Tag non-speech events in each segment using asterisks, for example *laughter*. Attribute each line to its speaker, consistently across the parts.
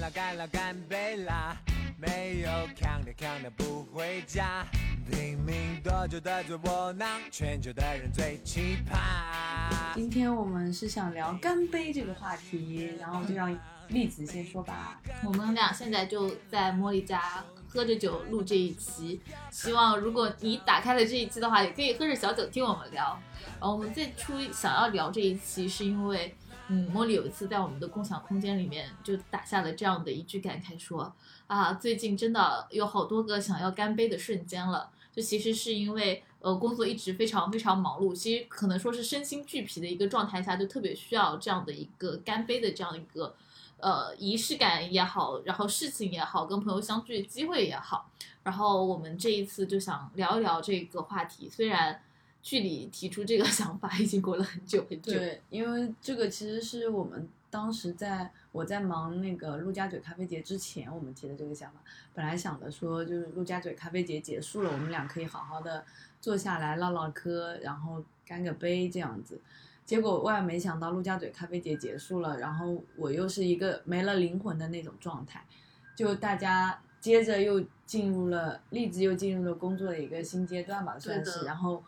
Speaker 1: 了干了干杯啦！没有扛着扛着不回家，拼命多久的做窝囊，全球的人最奇葩。
Speaker 2: 今天我们是想聊干杯这个话题，然后就让栗子先说吧。
Speaker 3: 我们俩现在就在茉莉家喝着酒录这一期，希望如果你打开了这一期的话，也可以喝着小酒听我们聊。然后我们最初想要聊这一期，是因为，嗯，茉莉有一次在我们的共享空间里面就打下了这样的一句感慨说，啊，最近真的有好多个想要干杯的瞬间了。就其实是因为呃工作一直非常非常忙碌，其实可能说是身心俱疲的一个状态下，就特别需要这样的一个干杯的这样一个呃仪式感也好，然后事情也好，跟朋友相聚的机会也好。然后我们这一次就想聊一聊这个话题，虽然距离提出这个 *laughs* 想法已经过了很久很久。
Speaker 2: 对，因为这个其实是我们当时在我在忙那个陆家嘴咖啡节之前，我们提的这个想法。本来想着说，就是陆家嘴咖啡节结束了，我们俩可以好好的坐下来唠唠嗑，然后干个杯这样子。结果万万没想到，陆家嘴咖啡节结束了，然后我又是一个没了灵魂的那种状态，就大家接着又进入了栗子又进入了工作的一个新阶段吧，算
Speaker 3: 对
Speaker 2: 是。
Speaker 3: 的
Speaker 2: 然后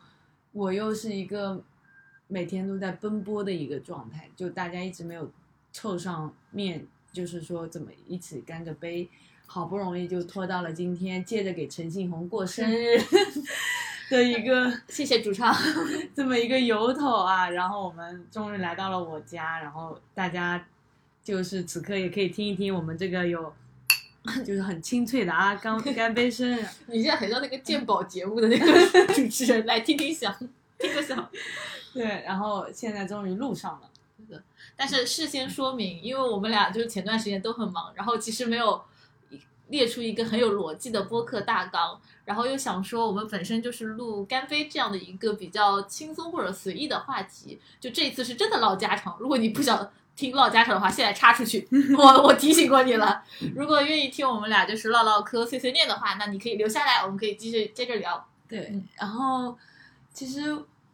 Speaker 2: 我又是一个每天都在奔波的一个状态，就大家一直没有凑上面，就是说怎么一起干个杯。好不容易就拖到了今天，借着给陈信宏过生日
Speaker 3: 嗯
Speaker 2: *laughs* 的一个
Speaker 3: 谢谢主唱，
Speaker 2: 这么一个由头啊，然后我们终于来到了我家，然后大家就是此刻也可以听一听我们这个有 *coughs* 就是很清脆的啊干干杯声，啊
Speaker 3: 你现在很像那个鉴宝节目的那个主持人，来听听响，听个响。
Speaker 2: 对，然后现在终于录上了，
Speaker 3: 但是事先说明，因为我们俩就是前段时间都很忙，然后其实没有列出一个很有逻辑的播客大纲，然后又想说我们本身就是录干杯这样的一个比较轻松或者随意的话题，就这一次是真的唠家常。如果你不想听唠家常的话，现在插出去，我我提醒过你了。如果愿意听我们俩就是唠唠嗑、碎碎念的话，那你可以留下来，我们可以继续接着聊。
Speaker 2: 对
Speaker 3: 嗯，
Speaker 2: 然后其实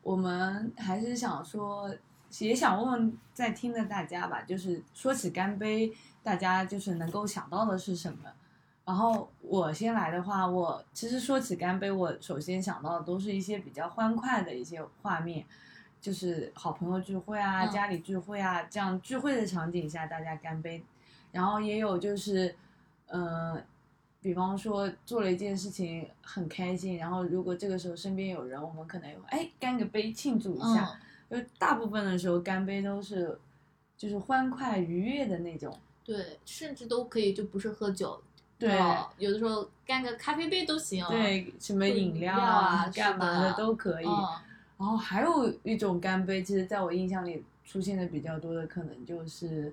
Speaker 2: 我们还是想说，也想问问在听的大家吧，就是说起干杯，大家就是能够想到的是什么？然后我先来的话，我其实说起干杯，我首先想到的都是一些比较欢快的一些画面，就是好朋友聚会啊、
Speaker 3: 嗯
Speaker 2: 家里聚会啊，这样聚会的场景下大家干杯，然后也有就是，呃，比方说做了一件事情很开心，然后如果这个时候身边有人，我们可能也会哎干个杯庆祝一
Speaker 3: 嗯
Speaker 2: 下，，就大部分的时候干杯都是就是欢快愉悦的那种，
Speaker 3: 对，甚至都可以就不是喝酒，
Speaker 2: 对
Speaker 3: 吧有的时候干个咖啡杯都行。。
Speaker 2: 对，什么饮料
Speaker 3: 嗯饮料啊
Speaker 2: 干嘛
Speaker 3: 是
Speaker 2: 的
Speaker 3: 的
Speaker 2: 都可以。
Speaker 3: 嗯
Speaker 2: 然后还有一种干杯，其实在我印象里出现的比较多的，可能就是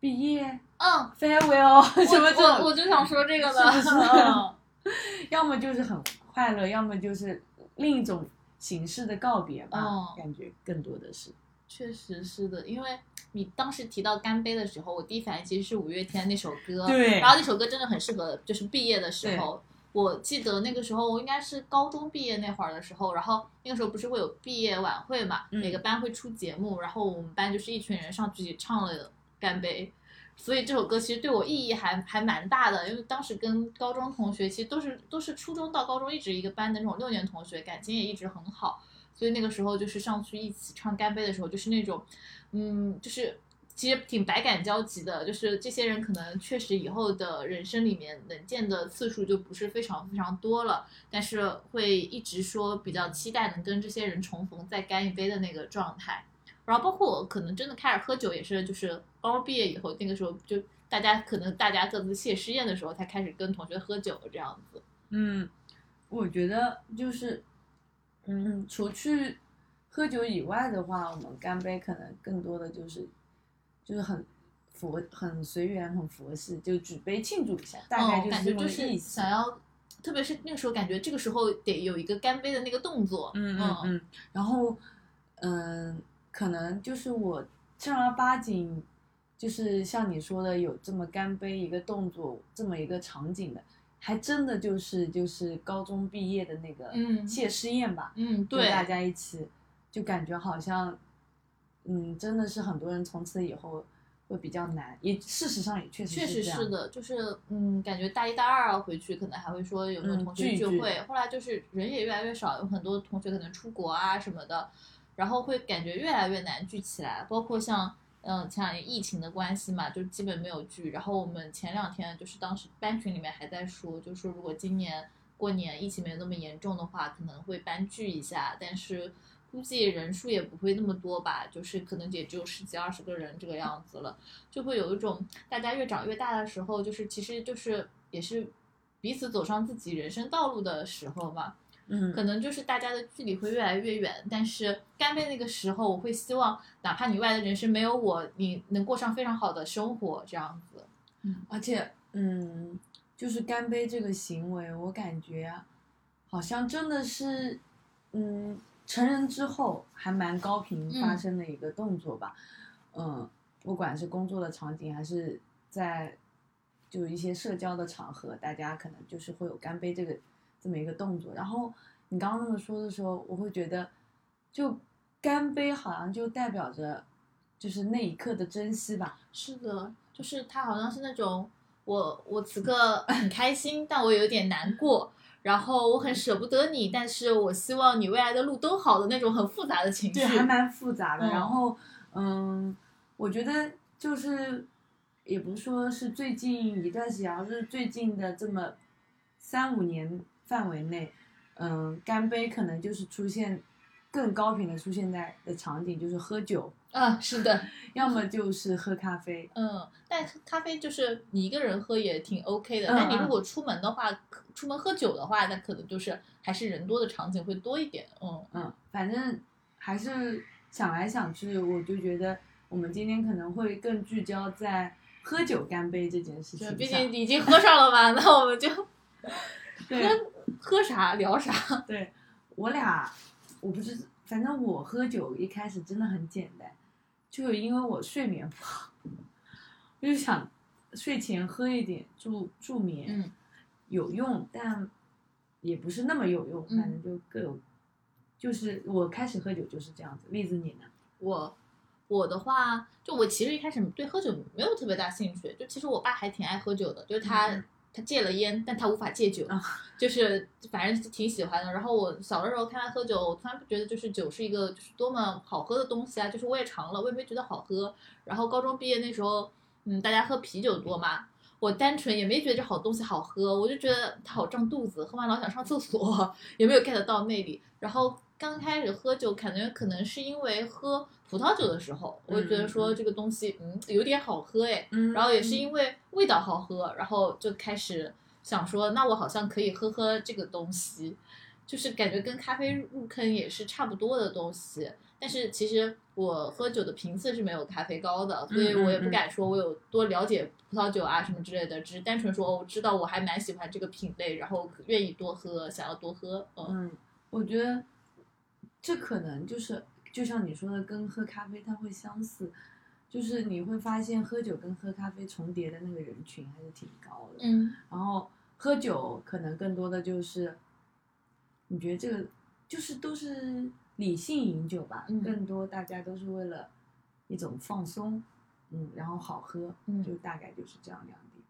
Speaker 2: 毕业
Speaker 3: 嗯，
Speaker 2: farewell *laughs*
Speaker 3: 我
Speaker 2: 什么这
Speaker 3: 我
Speaker 2: 种，
Speaker 3: 我就想说这个了，
Speaker 2: 是不是
Speaker 3: 嗯
Speaker 2: 要么就是很快乐，要么就是另一种形式的告别吧，
Speaker 3: 哦
Speaker 2: 感觉更多的是。
Speaker 3: 确实是的，因为你当时提到干杯的时候，我第一反应其实是五月天那首歌，
Speaker 2: 对
Speaker 3: 然后那首歌真的很适合，就是毕业的时候。我记得那个时候，我应该是高中毕业那会儿的时候，然后那个时候不是会有毕业晚会嘛，
Speaker 2: 嗯
Speaker 3: 每个班会出节目，然后我们班就是一群人上去唱了《干杯》，所以这首歌其实对我意义还还蛮大的，因为当时跟高中同学其实都是都是初中到高中一直一个班的那种六年同学，感情也一直很好。所以那个时候就是上去一起唱《干杯》的时候，就是那种，嗯，就是其实挺百感交集的，就是这些人可能确实以后的人生里面能见的次数就不是非常非常多了，但是会一直说比较期待能跟这些人重逢再干一杯的那个状态。然后包括我可能真的开始喝酒也是，就是高中毕业以后，那个时候就大家可能大家各自谢师宴的时候才开始跟同学喝酒这样子。
Speaker 2: 嗯，我觉得就是，嗯，除去喝酒以外的话，我们干杯可能更多的就是，就是很佛、很随缘、很佛系，就举杯庆祝一下，大概
Speaker 3: 哦
Speaker 2: 就
Speaker 3: 感
Speaker 2: 是这
Speaker 3: 觉就
Speaker 2: 么个
Speaker 3: 是
Speaker 2: 意思。
Speaker 3: 想要，特别是那个时候，感觉这个时候得有一个干杯的那个动作。
Speaker 2: 嗯嗯嗯，然后，嗯，可能就是我正儿八经，就是像你说的有这么干杯一个动作，这么一个场景的，还真的就是就是高中毕业的那个
Speaker 3: 嗯
Speaker 2: 谢师宴吧。
Speaker 3: 嗯，
Speaker 2: 就大
Speaker 3: 对，
Speaker 2: 家一起，就感觉好像，嗯，真的是很多人从此以后会比较难，也事实上也确实
Speaker 3: 确实
Speaker 2: 这样
Speaker 3: 是的，就是嗯，感觉大一大二啊回去可能还会说有没有
Speaker 2: 嗯
Speaker 3: 同学
Speaker 2: 聚
Speaker 3: 聚
Speaker 2: 一聚
Speaker 3: 会，后来就是人也越来越少，有很多同学可能出国啊什么的，然后会感觉越来越难聚起来，包括像。嗯，前两年疫情的关系嘛，就基本没有聚。然后我们前两天就是当时班群里面还在说，就说如果今年过年疫情没有那么严重的话，可能会班聚一下，但是估计人数也不会那么多吧，就是可能也只有十几二十个人这个样子了。就会有一种大家越长越大的时候，就是其实就是也是彼此走上自己人生道路的时候嘛，
Speaker 2: 嗯，
Speaker 3: 可能就是大家的距离会越来越远。但是干杯那个时候，我会希望哪怕你未来的人生没有我，你能过上非常好的生活，这样子。
Speaker 2: 而且，嗯，就是干杯这个行为，我感觉好像真的是，嗯，成人之后还蛮高频发
Speaker 3: 嗯
Speaker 2: 生的一个动作吧。嗯不管是工作的场景，还是在就一些社交的场合，大家可能就是会有干杯这个这么一个动作。然后你刚刚那么说的时候，我会觉得，就干杯好像就代表着就是那一刻的珍惜吧。
Speaker 3: 是的，就是他好像是那种我我此 *laughs* 刻很开心，但我有点难过，然后我很舍不得你，但是我希望你未来的路都好的那种很复杂的情绪。
Speaker 2: 对，还蛮复杂的。
Speaker 3: 嗯
Speaker 2: 然后，嗯，我觉得就是，也不是说是最近一段时间，而是最近的这么三五年范围内，嗯，干杯可能就是出现更高频的出现在的场景，就是喝酒，
Speaker 3: 嗯，是的。
Speaker 2: 要么就是喝咖啡。
Speaker 3: 嗯，但是咖啡就是你一个人喝也挺 OK 的，
Speaker 2: 嗯
Speaker 3: 但你
Speaker 2: 嗯
Speaker 3: 如果出门的话，可出门喝酒的话，那可能就是还是人多的场景会多一点。嗯，
Speaker 2: 嗯，反正还是想来想去，我就觉得我们今天可能会更聚焦在喝酒干杯这件事情
Speaker 3: 就
Speaker 2: 上。
Speaker 3: 毕竟已经喝上了嘛，那我们就
Speaker 2: 对。
Speaker 3: 喝啥聊啥。
Speaker 2: 对我俩，我不知，反正我喝酒一开始真的很简单，就是因为我睡眠不好，我就想睡前喝一点助助眠，
Speaker 3: 嗯
Speaker 2: 有用，但也不是那么有用，反正就各有。就是我开始喝酒就是这样子，栗子你呢？
Speaker 3: 我我的话，就我其实一开始对喝酒没有特别大兴趣，就其实我爸还挺爱喝酒的，就是他、
Speaker 2: 嗯
Speaker 3: 他戒了烟，但他无法戒酒，
Speaker 2: 啊
Speaker 3: 就是反正挺喜欢的。然后我小的时候看他喝酒，我突然觉得就是酒是一个就是多么好喝的东西啊，就是我也尝了，我也没觉得好喝。然后高中毕业那时候，嗯，大家喝啤酒多嘛。我单纯也没觉得这好东西好喝，我就觉得它好胀肚子，喝完老想上厕所。 *laughs* 也没有 get 到魅力。然后刚开始喝酒，感觉可能是因为喝葡萄酒的时候，我就觉得说这个东西，嗯，有点好喝哎。
Speaker 2: 嗯
Speaker 3: 然后也是因为味道好喝，然后就开始想说，那我好像可以喝喝这个东西，就是感觉跟咖啡入坑也是差不多的东西。但是其实我喝酒的频次是没有咖啡高的，所以
Speaker 2: 嗯
Speaker 3: 我也不敢说我有多了解葡萄酒啊什么之类的，只是单纯说哦我知道我还蛮喜欢这个品类，然后愿意多喝，想要多喝。嗯，
Speaker 2: 嗯，我觉得这可能就是就像你说的，跟喝咖啡它会相似，就是你会发现喝酒跟喝咖啡重叠的那个人群还是挺高的。
Speaker 3: 嗯
Speaker 2: 然后喝酒可能更多的就是，你觉得这个就是都是理性饮酒吧，
Speaker 3: 嗯
Speaker 2: 更多大家都是为了一种放松，嗯，然后好喝，
Speaker 3: 嗯
Speaker 2: 就大概就是这样两点。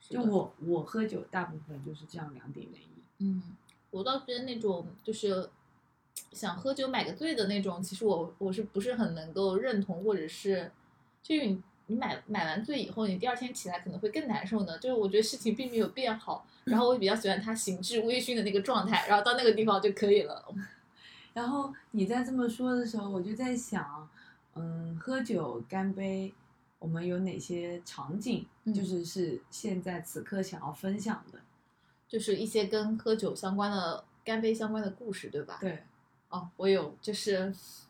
Speaker 3: 是
Speaker 2: 就
Speaker 3: 的
Speaker 2: 我我喝酒大部分就是这样两点原因。
Speaker 3: 嗯，我倒觉得那种就是想喝酒买个醉的那种，其实我我是不是很能够认同，或者是就是你你买买完醉以后，你第二天起来可能会更难受呢。就是我觉得事情并没有变好，然后我也比较喜欢他行至微醺的那个状态，然后到那个地方就可以了。
Speaker 2: 然后你在这么说的时候，我就在想，嗯，喝酒干杯，我们有哪些场景，
Speaker 3: 嗯
Speaker 2: 就是是现在此刻想要分享的？
Speaker 3: 就是一些跟喝酒相关的、干杯相关的故事，对吧？
Speaker 2: 对，
Speaker 3: 哦，我有，就是 *laughs*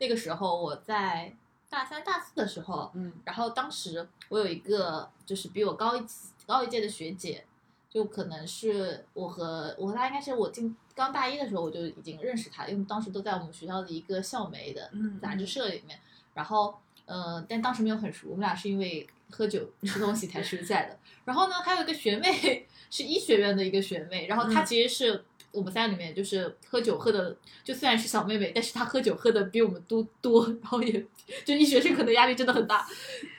Speaker 3: 那个时候我在大三、大四的时候，
Speaker 2: 嗯
Speaker 3: 然后当时我有一个就是比我高一级高一届的学姐，就可能是我和我和她应该是我进刚大一的时候我就已经认识她，因为我们当时都在我们学校的一个校媒的
Speaker 2: 嗯，
Speaker 3: 杂志社里面。然后，呃，但当时没有很熟，我们俩是因为喝酒吃东西才熟起来的。然后呢，还有一个学妹是医学院的一个学妹，然后她
Speaker 2: 嗯
Speaker 3: 其实是我们三个里面就是喝酒喝的，就虽然是小妹妹，但是她喝酒喝的比我们都多，然后也就医学生可能压力真的很大，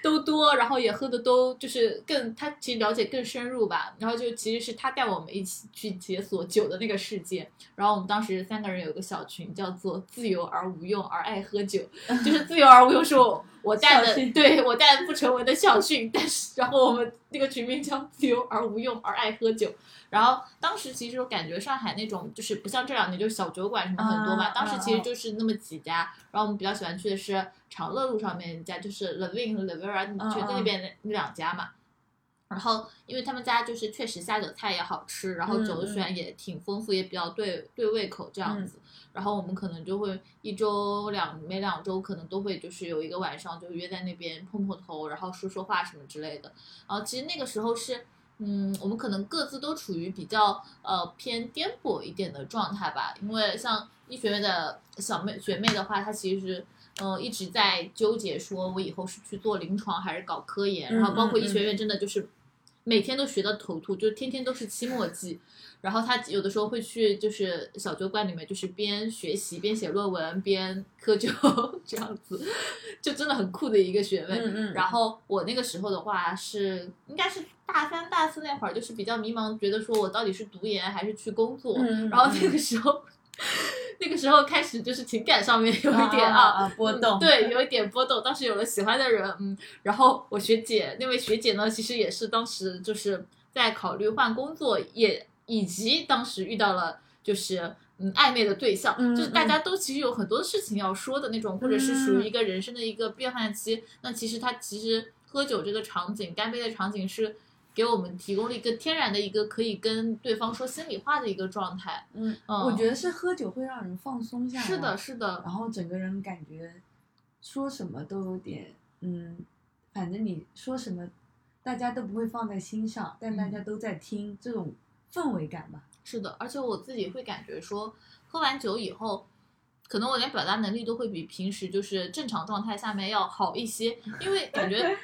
Speaker 3: 都多，然后也喝的都就是更她其实了解更深入吧，然后就其实是她带我们一起去解锁酒的那个世界，然后我们当时三个人有个小群叫做“自由而无用而爱喝酒”，就是“自由而无用”是我我
Speaker 2: 校
Speaker 3: 带的，
Speaker 2: 训
Speaker 3: 对我带的不成文的校训，但是然后我们那个群名叫“自由而无用而爱喝酒”。然后当时其实我感觉上海那种就是不像这两年就是小酒馆什么很多嘛，
Speaker 2: 啊
Speaker 3: 当时其
Speaker 2: 啊
Speaker 3: 实
Speaker 2: 啊
Speaker 3: 就是那么几家。然后我们比较喜欢去的是长乐路上面一家，就是 Levin 和 Levera
Speaker 2: 嗯
Speaker 3: 去
Speaker 2: 嗯
Speaker 3: 那边那两家嘛。然后，因为他们家就是确实下酒菜也好吃，然后
Speaker 2: 嗯
Speaker 3: 酒
Speaker 2: 嗯
Speaker 3: 选也挺丰富，也比较对对胃口这样
Speaker 2: 嗯
Speaker 3: 子。然后我们可能就会一周两每两周可能都会就是有一个晚上就约在那边碰碰头，然后说说话什么之类的。然后其实那个时候是，嗯，我们可能各自都处于比较呃偏颠簸一点的状态吧，因为像医学院的小妹学妹的话，她其实。嗯、一直在纠结，说我以后是去做临床还是搞科研，
Speaker 2: 嗯
Speaker 3: 然后包括
Speaker 2: 嗯
Speaker 3: 医学院真的就是每天都学的头秃，就天天都是期末季，然后他有的时候会去就是小酒馆里面，就是边学习边写论文边喝酒这样子，就真的很酷的一个学问。
Speaker 2: 嗯嗯
Speaker 3: 然后我那个时候的话是应该是大三大四那会儿，就是比较迷茫，觉得说我到底是读研还是去工作。
Speaker 2: 嗯嗯
Speaker 3: 然后那个时候， *laughs* 那个时候开始就是情感上面有一点
Speaker 2: 啊啊啊波动
Speaker 3: 嗯对，有一点波动。当时有了喜欢的人，嗯，然后我学姐那位学姐呢，其实也是当时就是在考虑换工作，也以及当时遇到了就是。嗯，暧昧的对象，
Speaker 2: 嗯嗯
Speaker 3: 就是大家都其实有很多事情要说的那种，或者是属于一个人生的一个变换期。那其实它其实喝酒这个场景，干杯的场景是给我们提供了一个天然的一个可以跟对方说心里话的一个状态。
Speaker 2: 嗯，
Speaker 3: 嗯
Speaker 2: 我觉得是喝酒会让人放松下来，啊
Speaker 3: 是的，，是的，
Speaker 2: 然后整个人感觉说什么都有点，嗯，反正你说什么，大家都不会放在心上，但大家都在听，这种氛围感吧。
Speaker 3: 是的，而且我自己会感觉说，喝完酒以后，可能我连表达能力都会比平时就是正常状态下面要好一些，因为
Speaker 2: *laughs*
Speaker 3: 感觉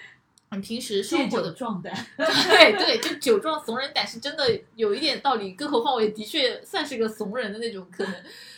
Speaker 3: 你平时生活的 *laughs* 嗯
Speaker 2: 状态， *laughs*
Speaker 3: 对对，就酒壮怂人胆是真的有一点道理，更何况我也的确算是个怂人的那种，可能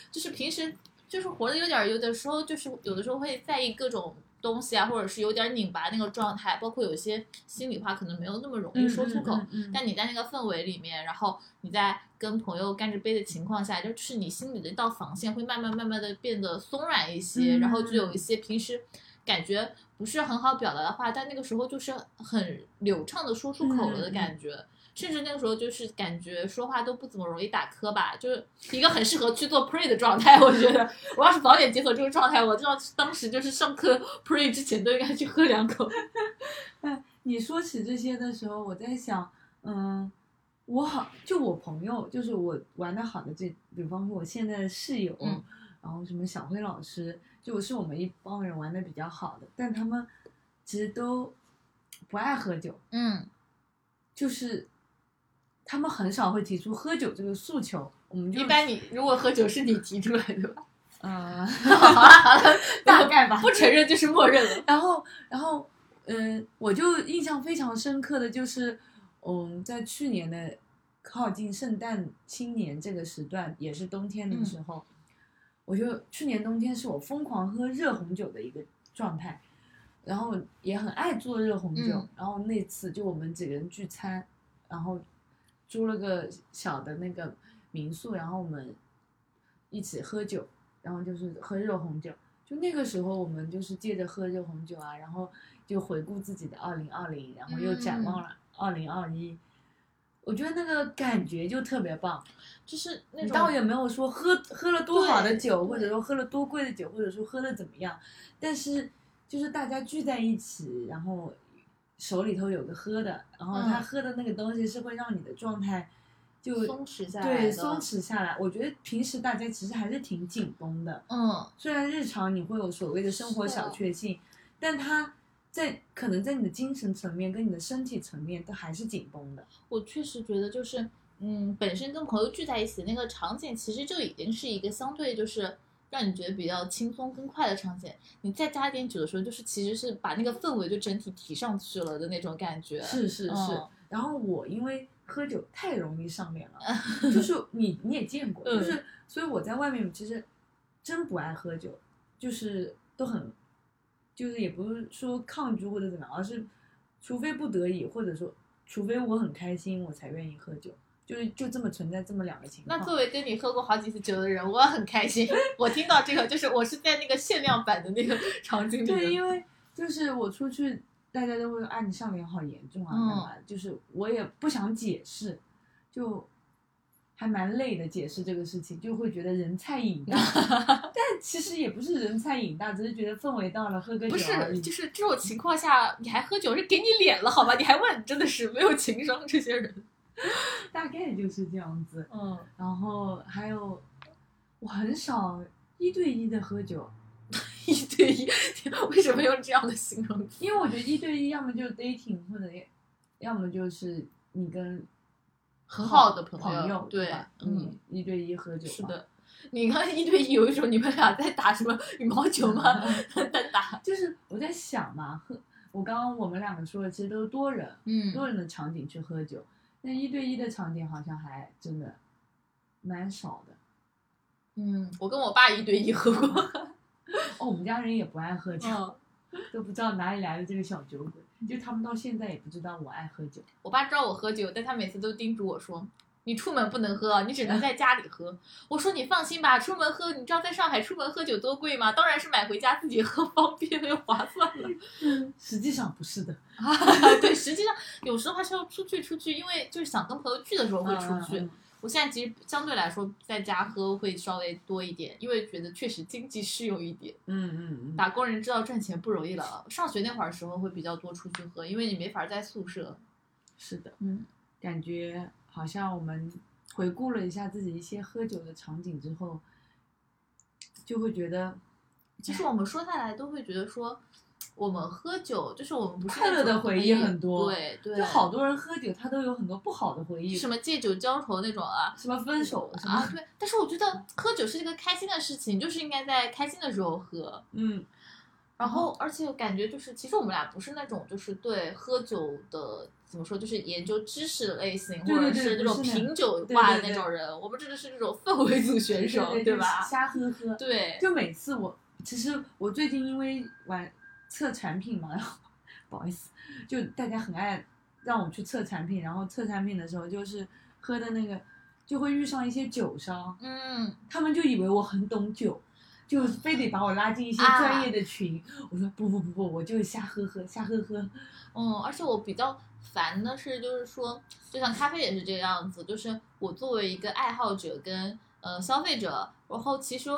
Speaker 3: 就是平时就是活的有点儿，有的时候就是有的时候会在意各种东西啊，或者是有点儿拧巴那个状态，包括有些心里话可能没有那么容易说出口。
Speaker 2: 嗯嗯嗯嗯
Speaker 3: 但你在那个氛围里面，然后你在跟朋友干着杯的情况下，就是你心里的一道防线会慢慢慢慢的变得松软一些，
Speaker 2: 嗯
Speaker 3: 然后就有一些平时感觉不是很好表达的话，但那个时候就是很流畅的说出口
Speaker 2: 嗯
Speaker 3: 了的感觉。甚至那个时候就是感觉说话都不怎么容易打磕吧，就是一个很适合去做 pre 的状态。我觉得我要是早点结合这个状态，我知道当时就是上课 pre 之前都应该去喝两口。
Speaker 2: 你说起这些的时候，我在想，嗯，我好，就我朋友，就是我玩的好的这，比方说我现在的室友，
Speaker 3: 嗯
Speaker 2: 然后什么小辉老师，就是我们一帮人玩的比较好的，但他们其实都不爱喝酒，
Speaker 3: 嗯
Speaker 2: 就是他们很少会提出喝酒这个诉求。我们就
Speaker 3: 一般你如果喝酒是你提出来的吧？
Speaker 2: 呃，
Speaker 3: 好了好了， *laughs*
Speaker 2: 大概吧
Speaker 3: 不承认就是默认了。
Speaker 2: 然后然后嗯、呃我就印象非常深刻的就是，嗯，在去年的靠近圣诞新年这个时段，也是冬天的时候，我就去年冬天是我疯狂喝热红酒的一个状态。然后也很爱做热红酒，
Speaker 3: 嗯
Speaker 2: 然后那次就我们几个人聚餐，然后租了个小的那个民宿，然后我们一起喝酒，然后就是喝热红酒。就那个时候，我们就是借着喝热红酒啊，然后就回顾自己的二零二零，然后又展望了二零二一。我觉得那个感觉就特别棒。
Speaker 3: 就是那
Speaker 2: 你
Speaker 3: 种
Speaker 2: 倒也没有说喝喝了多好的酒，
Speaker 3: 对
Speaker 2: 或者说喝了多贵的酒，或者说喝的怎么样，但是就是大家聚在一起，然后手里头有个喝的，然后他
Speaker 3: 嗯
Speaker 2: 喝的那个东西是会让你的状态就
Speaker 3: 松弛下来
Speaker 2: 对
Speaker 3: 的
Speaker 2: 松。弛下来。我觉得平时大家其实还是挺紧绷的，
Speaker 3: 嗯，
Speaker 2: 虽然日常你会有所谓的生活
Speaker 3: 是的
Speaker 2: 小确幸，但他在可能在你的精神层面跟你的身体层面都还是紧绷的。
Speaker 3: 我确实觉得就是，嗯，本身跟朋友聚在一起那个场景，其实就已经是一个相对就是。让你觉得比较轻松跟快的场景，你再加一点酒的时候，就是其实是把那个氛围就整体提上去了的那种感觉。
Speaker 2: 是是是。
Speaker 3: 嗯
Speaker 2: 然后我因为喝酒太容易上脸
Speaker 3: *laughs*
Speaker 2: 了，就是你你也见过，就
Speaker 3: 嗯
Speaker 2: 是所以我在外面其实真不爱喝酒，就是都很，就是也不是说抗拒或者怎么样，而是除非不得已，或者说除非我很开心，我才愿意喝酒，就是就这么存在这么两个情况。
Speaker 3: 那作为跟你喝过好几次酒的人，我很开心。 *laughs* 我听到这个，就是我是在那个限量版的那个场景里
Speaker 2: 对，
Speaker 3: 的。
Speaker 2: 因为就是我出去，大家都会啊，你上脸好严重啊，
Speaker 3: 嗯
Speaker 2: 干嘛？就是我也不想解释，就还蛮累的解释这个事情，就会觉得人菜瘾
Speaker 3: *laughs*
Speaker 2: 大。但其实也不是人菜瘾大，只是觉得氛围到了，喝个酒
Speaker 3: 不
Speaker 2: 而
Speaker 3: 是，
Speaker 2: 已。
Speaker 3: 就是这种情况下，你还喝酒是给你脸了好吧？你还问，真的是没有情商这些人。
Speaker 2: 大概就是这样子。
Speaker 3: 嗯，
Speaker 2: 然后还有，我很少一对一的喝酒，
Speaker 3: *laughs* 一对一， *laughs* 为什么用这样的形容词？
Speaker 2: 因为我觉得一对一要么就是 dating，或者要要么就是你跟
Speaker 3: 很好的朋
Speaker 2: 朋
Speaker 3: 友
Speaker 2: 友
Speaker 3: 对
Speaker 2: 吧
Speaker 3: 嗯
Speaker 2: 你一对一喝酒
Speaker 3: 是
Speaker 2: 嘛
Speaker 3: 的，
Speaker 2: *laughs*
Speaker 3: 你刚才一对一有一种你们俩在打什么羽毛球吗？ *laughs* 在打。
Speaker 2: *laughs* 就是我在想嘛，喝我刚刚我们两个说的其实都是多人、
Speaker 3: 嗯
Speaker 2: 多人的场景去喝酒，那一对一的场景好像还真的蛮少的。
Speaker 3: 嗯，我跟我爸一对一喝过。
Speaker 2: 哦，我们家人也不爱喝酒，
Speaker 3: 嗯，
Speaker 2: 都不知道哪里来的这个小酒鬼，就他们到现在也不知道我爱喝酒。
Speaker 3: *laughs* 我爸知道我喝酒，但他每次都叮嘱我说：“你出门不能喝，啊你只能在家里喝。”我说：“你放心吧，出门喝，你知道在上海出门喝酒多贵吗？当然是买回家自己喝方便又划算了。
Speaker 2: 实际上不是的，”
Speaker 3: *laughs* 对，实际上有时候还是要出去出去，因为就是想跟朋友聚的时候会出去。
Speaker 2: 嗯
Speaker 3: 我现在其实相对来说在家喝会稍微多一点，因为觉得确实经济适用一点。
Speaker 2: 嗯嗯嗯
Speaker 3: 打工人知道赚钱不容易了，上学那会儿时候会比较多出去喝，因为你没法在宿舍。
Speaker 2: 是的，
Speaker 3: 嗯，
Speaker 2: 感觉好像我们回顾了一下自己一些喝酒的场景之后，就会觉得
Speaker 3: 其实我们说下来都会觉得说，我们喝酒就是我们不是
Speaker 2: 快乐的
Speaker 3: 那种
Speaker 2: 回忆很多
Speaker 3: 对对，
Speaker 2: 就好多人喝酒，他都有很多不好的回忆，
Speaker 3: 什么借酒浇愁那种啊。
Speaker 2: 什么分手什么，
Speaker 3: 啊，对，但是我觉得喝酒是一个开心的事情，就是应该在开心的时候喝。
Speaker 2: 嗯，
Speaker 3: 然后，而且我感觉就是，其实我们俩不是那种就是对喝酒的怎么说，就是研究知识类型，
Speaker 2: 对对
Speaker 3: 或者
Speaker 2: 对
Speaker 3: 是那种
Speaker 2: 不是那
Speaker 3: 品酒
Speaker 2: 对
Speaker 3: 化
Speaker 2: 对
Speaker 3: 的
Speaker 2: 对
Speaker 3: 那种人。我们真的是那种氛围组选手，
Speaker 2: 对
Speaker 3: 对
Speaker 2: 就
Speaker 3: 吧？
Speaker 2: 瞎喝喝，
Speaker 3: 对，
Speaker 2: 就每次我其实我最近因为玩测产品嘛，然 *laughs* 后不好意思，就大家很爱让我去测产品，然后测产品的时候就是喝的那个就会遇上一些酒商，
Speaker 3: 嗯，
Speaker 2: 他们就以为我很懂酒，就非得把我拉进一些
Speaker 3: 啊
Speaker 2: 专业的群。我说不不不不，我就是瞎喝喝，瞎喝喝。
Speaker 3: 嗯，而且我比较烦的是，就是说，就像咖啡也是这个样子，就是我作为一个爱好者跟呃消费者，然后其实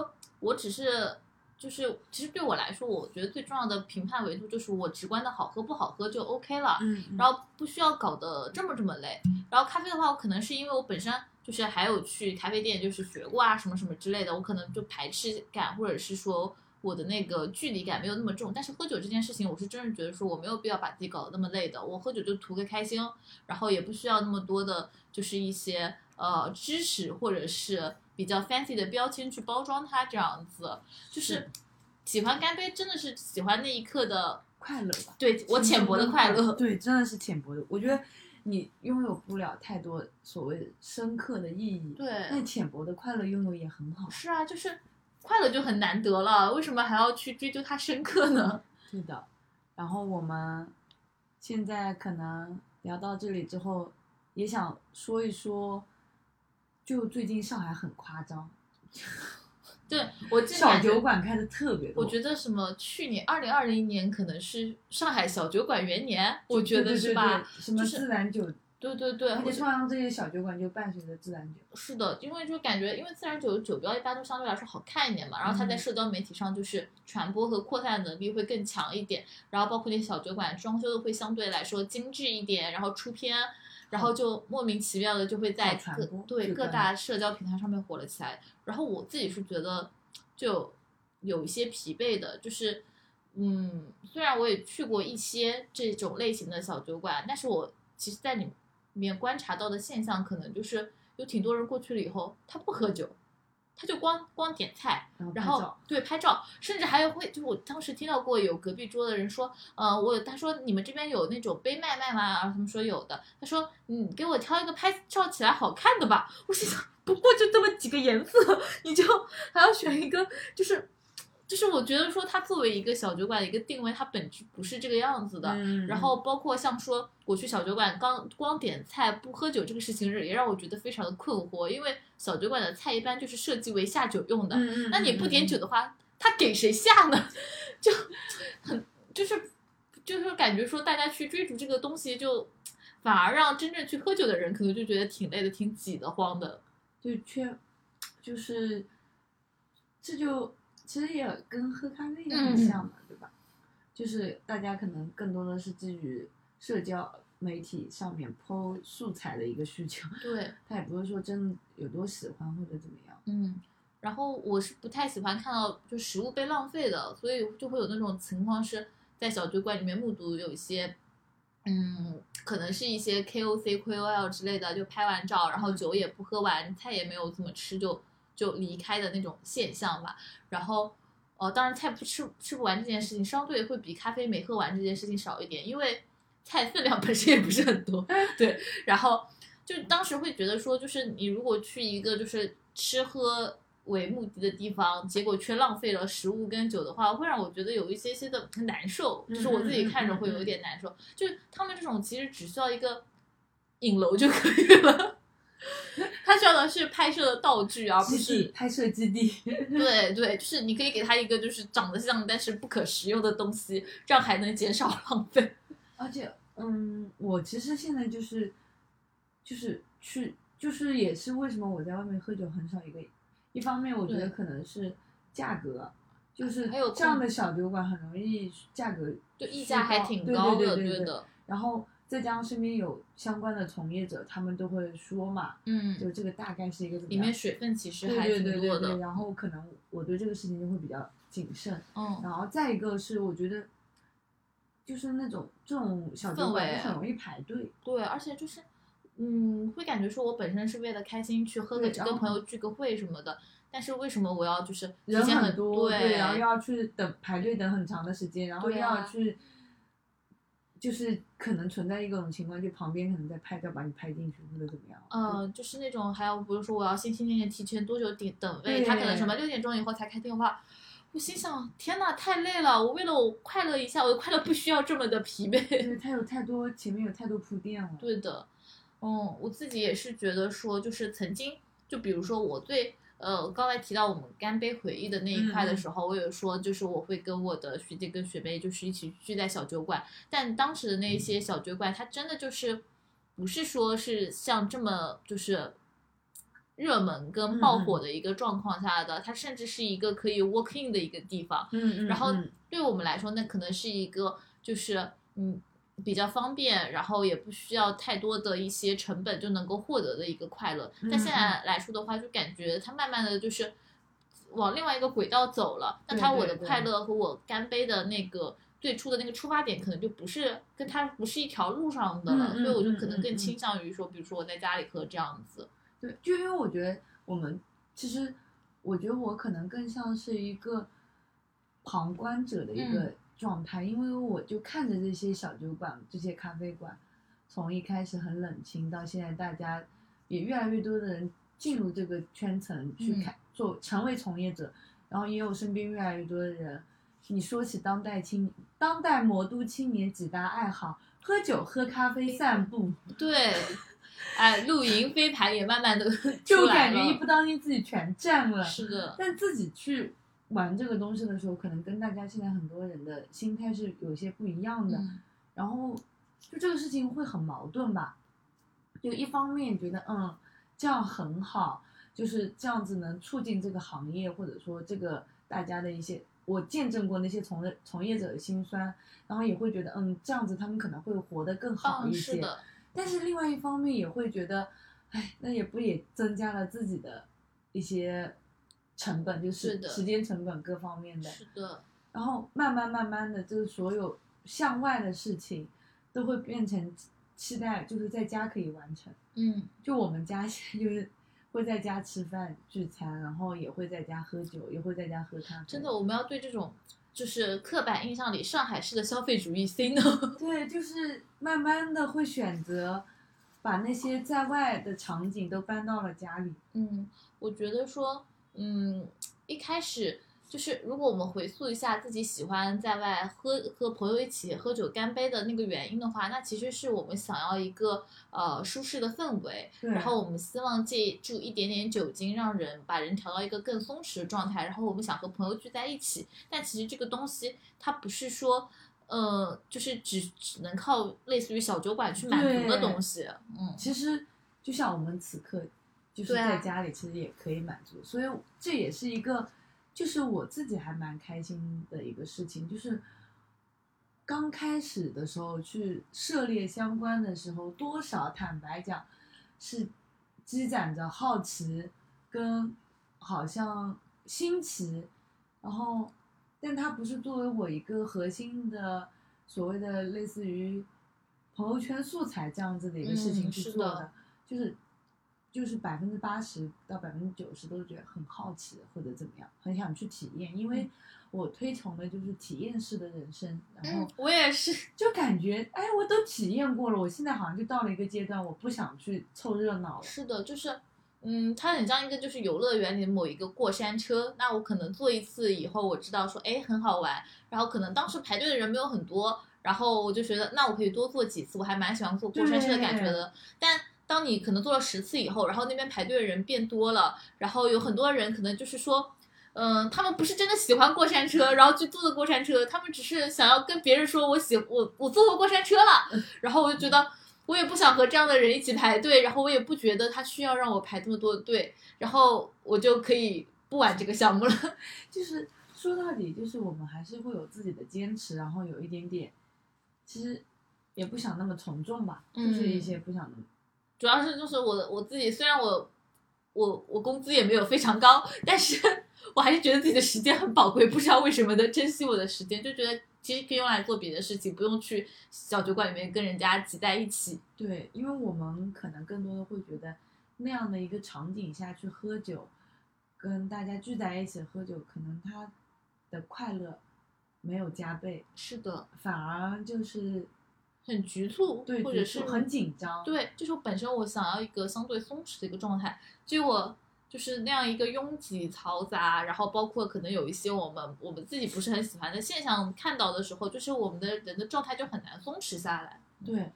Speaker 3: 我只是就是其实对我来说，我觉得最重要的评判维度就是我直观的好喝不好喝就 OK 了，
Speaker 2: 嗯，
Speaker 3: 然后不需要搞得这么这么累。然后咖啡的话，我可能是因为我本身就是还有去咖啡店就是学过啊什么什么之类的，我可能就排斥感或者是说我的那个距离感没有那么重。但是喝酒这件事情，我是真的觉得说我没有必要把自己搞得那么累的，我喝酒就图个开心，然后也不需要那么多的就是一些呃知识或者是比较 fancy 的标签去包装它这样子，就是
Speaker 2: 是。
Speaker 3: 喜欢干杯，真的是喜欢那一刻的，
Speaker 2: 快乐吧，
Speaker 3: 对我浅薄的快乐。
Speaker 2: 对，真的是浅薄的。我觉得你拥有不了太多所谓深刻的意义，
Speaker 3: 对
Speaker 2: 但浅薄的快乐拥有也很好。
Speaker 3: 是啊，就是快乐就很难得了，为什么还要去追究它深刻呢？
Speaker 2: 对的。然后我们现在可能聊到这里之后，也想说一说，就最近上海很夸张，
Speaker 3: 对我这
Speaker 2: 小
Speaker 3: 感觉
Speaker 2: 酒，馆开的特别多。
Speaker 3: 我觉得什么去年二零二零年可能是上海小酒馆元年，我觉
Speaker 2: 对
Speaker 3: 得
Speaker 2: 对
Speaker 3: 是
Speaker 2: 对
Speaker 3: 吧？
Speaker 2: 对什么
Speaker 3: 就是
Speaker 2: 自然酒，
Speaker 3: 对对对，
Speaker 2: 而
Speaker 3: 我
Speaker 2: 且
Speaker 3: 觉
Speaker 2: 通常这些小酒馆就伴随着自然酒。
Speaker 3: 是的，因为就感觉，因为自然酒的酒标一般都相对来说好看一点嘛，然后它在
Speaker 2: 嗯
Speaker 3: 社交媒体上就是传播和扩散能力会更强一点，然后包括那些小酒馆装修的会相对来说精致一点，然后出片，然后就莫名其妙的就会在
Speaker 2: 好传
Speaker 3: 各
Speaker 2: 播
Speaker 3: 对
Speaker 2: 这
Speaker 3: 各
Speaker 2: 个
Speaker 3: 大社交平台上面火了起来。然后我自己是觉得就有一些疲惫的，就是嗯，虽然我也去过一些这种类型的小酒馆，但是我其实在里面观察到的现象，可能就是有挺多人过去了以后，他不喝酒，他就光光点菜，然
Speaker 2: 然后拍
Speaker 3: 后
Speaker 2: 照
Speaker 3: 对拍照，甚至还会就我当时听到过有隔壁桌的人说，呃，我他说你们这边有那种杯卖卖吗？然后他们说有的，他说你给我挑一个拍照起来好看的吧。我心想，不过就这么几个颜色，你就还要选一个，就是就是我觉得说它作为一个小酒馆的一个定位，它本质不是这个样子的。
Speaker 2: 嗯
Speaker 3: 然后包括像说我去小酒馆刚光点菜不喝酒这个事情，也让我觉得非常的困惑，因为小酒馆的菜一般就是设计为下酒用的，
Speaker 2: 嗯
Speaker 3: 那你不点酒，的话，他给谁下呢？就很就是就是感觉说大家去追逐这个东西就。反而让真正去喝酒的人，可能就觉得挺累的、挺挤得慌的。
Speaker 2: 就缺，就是这就其实也跟喝咖啡也很
Speaker 3: 嗯
Speaker 2: 像嘛，对吧？就是大家可能更多的是基于社交媒体上面剖素材的一个需求， *laughs*
Speaker 3: 对，
Speaker 2: 他也不是说真的有多喜欢或者怎么样。
Speaker 3: 嗯，然后我是不太喜欢看到就食物被浪费的，所以就会有那种情况是在小酒馆里面目睹有一些，嗯，可能是一些 KOC、KOL 之类的，就拍完照，然后酒也不喝完，菜也没有怎么吃就就离开的那种现象吧。然后，呃，当然菜不吃吃不完这件事情，相对会比咖啡没喝完这件事情少一点，因为菜分量本身也不是很 *laughs* 多。对，然后就当时会觉得说，就是你如果去一个就是吃喝为目的的地方，结果却浪费了食物跟酒的话，会让我觉得有一些些的难受，就是我自己看着会有一点难受。就是他们这种其实只需要一个影楼就可以了。 *laughs* 他需要的是拍摄的道具，而不
Speaker 2: 基
Speaker 3: 是
Speaker 2: 地拍摄基地，
Speaker 3: 对对，就是你可以给他一个就是长得像但是不可食用的东西，这样还能减少浪费。
Speaker 2: 而且，嗯，我其实现在就是，就是去，就是也是为什么我在外面喝酒很少一个，一方面我觉得
Speaker 3: 对
Speaker 2: 可能是价格，就是
Speaker 3: 还有
Speaker 2: 这样
Speaker 3: 空
Speaker 2: 的小酒馆很容易价格
Speaker 3: 就溢
Speaker 2: 虚
Speaker 3: 价还挺
Speaker 2: 对
Speaker 3: 高的，
Speaker 2: 对对对
Speaker 3: 的，
Speaker 2: 然后再加上身边有相关的从业者，他们都会说嘛，
Speaker 3: 嗯，
Speaker 2: 就这个大概是一个怎么
Speaker 3: 里
Speaker 2: 样
Speaker 3: 面水分其实
Speaker 2: 对
Speaker 3: 还
Speaker 2: 对
Speaker 3: 挺
Speaker 2: 对
Speaker 3: 多
Speaker 2: 对
Speaker 3: 的，
Speaker 2: 对，然后可能我对这个事情就会比较谨慎。
Speaker 3: 嗯，
Speaker 2: 然后再一个是，我觉得就是那种这种小酒
Speaker 3: 氛
Speaker 2: 馆
Speaker 3: 围
Speaker 2: 就很容易排队，
Speaker 3: 对，而且就是，嗯，会感觉说我本身是为了开心去喝个
Speaker 2: 对
Speaker 3: 酒，
Speaker 2: 然
Speaker 3: 跟
Speaker 2: 后
Speaker 3: 朋友聚个会什么的，但是为什么我要就是提
Speaker 2: 人
Speaker 3: 前
Speaker 2: 很多，
Speaker 3: 对，
Speaker 2: 然后又要去等排队等很长的时间，然后又
Speaker 3: 对啊
Speaker 2: 要去，就是可能存在一种情况，就旁边可能在拍照把你拍进去或者怎么样，
Speaker 3: 呃，就是那种还有，比如说我要心心念念提前多久等等位，他可能什么六点钟以后才开电话，我心想天呐，太累了，我为了我快乐一下，我的快乐不需要这么的疲
Speaker 2: 就
Speaker 3: 惫。
Speaker 2: 是它有太多前面有太多铺垫了，
Speaker 3: 对的，嗯，我自己也是觉得说，就是曾经，就比如说我最。呃，刚才提到我们干杯回忆的那一块的时候，我有说，就是我会跟我的学姐跟学妹，就是一起聚在小酒馆。但当时的那些小酒馆，它真的就是不是说是像这么就是热门跟爆火的一个状况下的，它甚至是一个可以 walk in 的一个地方。
Speaker 2: 嗯
Speaker 3: 然后对我们来说，那可能是一个就是嗯比较方便，然后也不需要太多的一些成本就能够获得的一个快乐。
Speaker 2: 嗯
Speaker 3: 但现在来说的话，就感觉它慢慢的就是往另外一个轨道走了。那它
Speaker 2: 对对
Speaker 3: 我的
Speaker 2: 对
Speaker 3: 快乐和我干杯的那个。最初的那个出发点可能就不是跟它不是一条路上的了，
Speaker 2: 嗯嗯
Speaker 3: 所以我就
Speaker 2: 嗯
Speaker 3: 可能
Speaker 2: 嗯
Speaker 3: 更
Speaker 2: 嗯
Speaker 3: 倾向于说，比如说我在家里喝这样子，
Speaker 2: 对，就因为我觉得我们其实，我觉得我可能更像是一个旁观者的一
Speaker 3: 嗯
Speaker 2: 个状态，因为我就看着这些小酒馆、这些咖啡馆，从一开始很冷清，到现在大家也越来越多的人进入这个圈层去
Speaker 3: 嗯
Speaker 2: 看、做成为从业者，然后也有身边越来越多的人。你说起当代青当代魔都青年几大爱好，喝酒、喝咖
Speaker 3: 哎
Speaker 2: 啡、散步，
Speaker 3: 对，哎，露营、飞盘也慢慢的
Speaker 2: 就
Speaker 3: *laughs* 出来
Speaker 2: 感觉
Speaker 3: 了，
Speaker 2: 一不当心自己全占了。
Speaker 3: 是的，
Speaker 2: 但自己去玩这个东西的时候，可能跟大家现在很多人的心态是有些不一样的。
Speaker 3: 嗯
Speaker 2: 然后就这个事情会很矛盾吧？就一方面觉得嗯这样很好，就是这样子能促进这个行业或者说这个大家的一些，我见证过那些从业从业者的辛酸，然后也会觉得嗯这样子他们可能会活得更好一
Speaker 3: 嗯，
Speaker 2: 些。
Speaker 3: 是的，
Speaker 2: 但是另外一方面也会觉得，哎，那也不也增加了自己的一些成本，就是
Speaker 3: 是的
Speaker 2: 时间成本各方面的。
Speaker 3: 是的，
Speaker 2: 然后慢慢慢慢的，就是所有向外的事情都会变成期待，就是在家可以完成。
Speaker 3: 嗯
Speaker 2: 就我们家现在就是会在家吃饭聚餐，然后也会在家喝酒，也会在家喝咖啡。
Speaker 3: 真的，我们要对这种就是刻板印象里上海式的消费主义 say no。 *laughs*
Speaker 2: 对，就是慢慢的会选择把那些在外的场景都搬到了家里。
Speaker 3: 嗯，我觉得说，嗯，一开始就是如果我们回溯一下自己喜欢在外喝和朋友一起喝酒干杯的那个原因的话，那其实是我们想要一个呃舒适的氛围，
Speaker 2: 对，
Speaker 3: 然后我们希望借助一点点酒精，让人把人调到一个更松弛的状态。然后我们想和朋友聚在一起，但其实这个东西它不是说，呃，就是只只能靠类似于小酒馆去满足的
Speaker 2: 对
Speaker 3: 东西。嗯，
Speaker 2: 其实就像我们此刻就是
Speaker 3: 对啊
Speaker 2: 在家里，其实也可以满足，所以这也是一个，就是我自己还蛮开心的一个事情，就是刚开始的时候去涉猎相关的时候，多少坦白讲是积攒着好奇跟好像新奇，然后但它不是作为我一个核心的所谓的类似于朋友圈素材这样子的一个事情
Speaker 3: 嗯
Speaker 2: 去
Speaker 3: 是
Speaker 2: 做
Speaker 3: 的
Speaker 2: 就是就是百分之八十到百分之九十都是觉得很好奇或者怎么样，很想去体验，因
Speaker 3: 嗯
Speaker 2: 为我推崇的就是体验式的人生，然后
Speaker 3: 嗯， *laughs* 我也是。
Speaker 2: 就感觉哎，我都体验过了，我现在好像就到了一个阶段，我不想去凑热闹了。
Speaker 3: 是的，就是，嗯，它很像一个就是游乐园里某一个过山车。那我可能坐一次以后，我知道说，哎，很好玩。然后可能当时排队的人没有很多，然后我就觉得，那我可以多坐几次，我还蛮喜欢坐过山车的感觉的。但当你可能坐了十次以后，然后那边排队的人变多了，然后有很多人可能就是说。嗯，他们不是真的喜欢过山车，然后去坐的过山车，他们只是想要跟别人说我喜我我坐过过山车了，然后我就觉得我也不想和这样的人一起排队，然后我也不觉得他需要让我排这么多的队，然后我就可以不玩这个项目了。
Speaker 2: 就是说到底，就是我们还是会有自己的坚持，然后有一点点，其实也不想那么从众吧，就是
Speaker 3: 嗯
Speaker 2: 一些不想那么。
Speaker 3: 主要是就是我我自己，虽然我我我工资也没有非常高，但是 *laughs* 我还是觉得自己的时间很宝贵，不知道为什么的珍惜我的时间，就觉得其实可以用来做别的事情，不用去小酒馆里面跟人家挤在一起。
Speaker 2: 对，因为我们可能更多的会觉得那样的一个场景下去喝酒，跟大家聚在一起喝酒，可能他的快乐没有加倍，
Speaker 3: 是的，
Speaker 2: 反而就是
Speaker 3: 很局促，
Speaker 2: 对，
Speaker 3: 或
Speaker 2: 局
Speaker 3: 者
Speaker 2: 促
Speaker 3: 是
Speaker 2: 很紧张，
Speaker 3: 对，就是我本身我想要一个相对松弛的一个状态，结果就是那样一个拥挤嘈杂，然后包括可能有一些我们我们自己不是很喜欢的现象看到的时候，就是我们的人的状态就很难松弛下来。
Speaker 2: 对，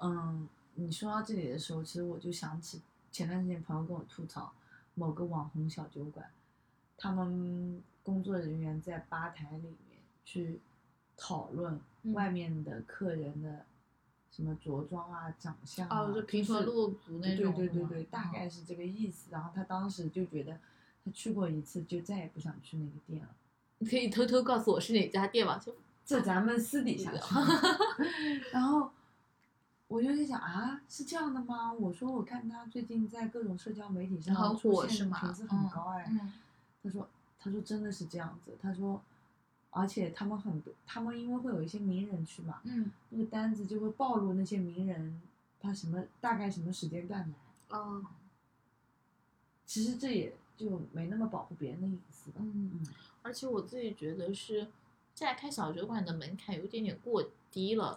Speaker 2: 嗯，你说到这里的时候，其实我就想起前段时间朋友跟我吐槽，某个网红小酒馆，他们工作人员在吧台里面去讨论
Speaker 3: 嗯
Speaker 2: 外面的客人的什么着装啊、长相啊，
Speaker 3: 哦就平
Speaker 2: 时
Speaker 3: 头露足那种，哦
Speaker 2: 对对对对，大概是这个意思。然后他当时就觉得，他去过一次就再也不想去那个店了。
Speaker 3: 你可以偷偷告诉我是哪家店吗？就
Speaker 2: 这咱们私底下
Speaker 3: 聊 *laughs*
Speaker 2: 说。 *laughs* 然后我就在想啊，是这样的吗？我说我看他最近在各种社交媒体上
Speaker 3: 很
Speaker 2: 出
Speaker 3: 火
Speaker 2: 现
Speaker 3: 是吗
Speaker 2: 频次很高哎。
Speaker 3: 嗯
Speaker 2: 他说他说真的是这样子，他说。而且他们很多，他们因为会有一些名人去嘛，
Speaker 3: 嗯
Speaker 2: 那个单子就会暴露那些名人他什么大概什么时间段来。
Speaker 3: 哦
Speaker 2: 其实这也就没那么保护别人的隐私吧。
Speaker 3: 嗯，
Speaker 2: 嗯，
Speaker 3: 而且我自己觉得是现在开小酒馆的门槛有点点过低 *laughs* 了，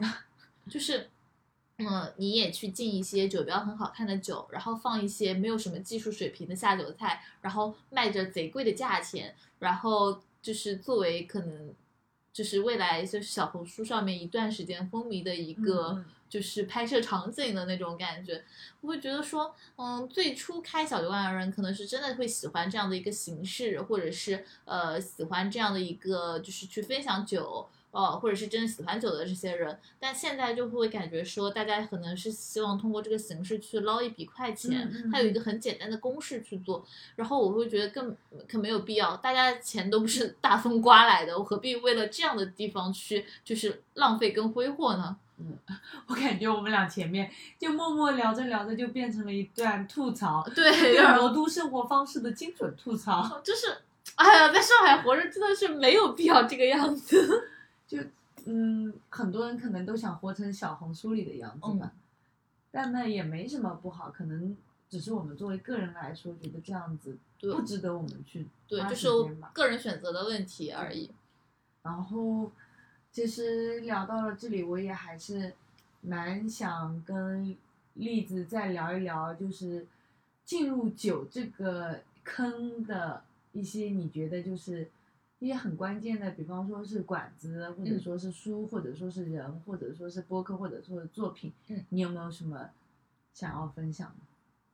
Speaker 3: 就是。嗯，你也去进一些酒标很好看的酒，然后放一些没有什么技术水平的下酒菜，然后卖着贼贵的价钱，然后就是作为可能就是未来就是小红书上面一段时间风靡的一
Speaker 2: 嗯
Speaker 3: 个
Speaker 2: 嗯
Speaker 3: 就是拍摄场景的那种感觉，我会觉得说，嗯，最初开小酒馆的人可能是真的会喜欢这样的一个形式，或者是呃喜欢这样的一个就是去分享酒，呃，或者是真的喜欢酒的这些人，但现在就会感觉说，大家可能是希望通过这个形式去捞一笔快钱，
Speaker 2: 嗯嗯
Speaker 3: 它有一个很简单的公式去做，然后我会觉得更更没有必要，大家钱都不是 *laughs* 大风刮来的，我何必为了这样的地方去就是浪费跟挥霍呢？
Speaker 2: *laughs*
Speaker 3: *laughs*
Speaker 2: 我感觉我们俩前面就默默聊着聊着就变成了一段吐槽，
Speaker 3: 对，
Speaker 2: 对
Speaker 3: 有点
Speaker 2: 魔都生活方式的精准吐槽，
Speaker 3: 就是，哎呀，在上海活着真的是没有必要这个样子。
Speaker 2: 就嗯，很多人可
Speaker 3: 嗯
Speaker 2: 能都想活成小红书里的样子吧，但那也没什么不好，可能只是我们作为个人来说，觉得这样子
Speaker 3: 对
Speaker 2: 不值得我们去
Speaker 3: *laughs* 对，
Speaker 2: 花
Speaker 3: 这
Speaker 2: 时
Speaker 3: 是我
Speaker 2: 间吧。
Speaker 3: 个人选择的问题而已。
Speaker 2: 然后其实聊到了这里，我也还是蛮想跟栗子再聊一聊，就是进入酒这个坑的一些你觉得就是一些很关键的，比方说是馆子，或者
Speaker 3: 嗯
Speaker 2: 说是书，或者说是人，或者说是播客，或者说是作品，
Speaker 3: 嗯
Speaker 2: 你有没有什么想要分享的？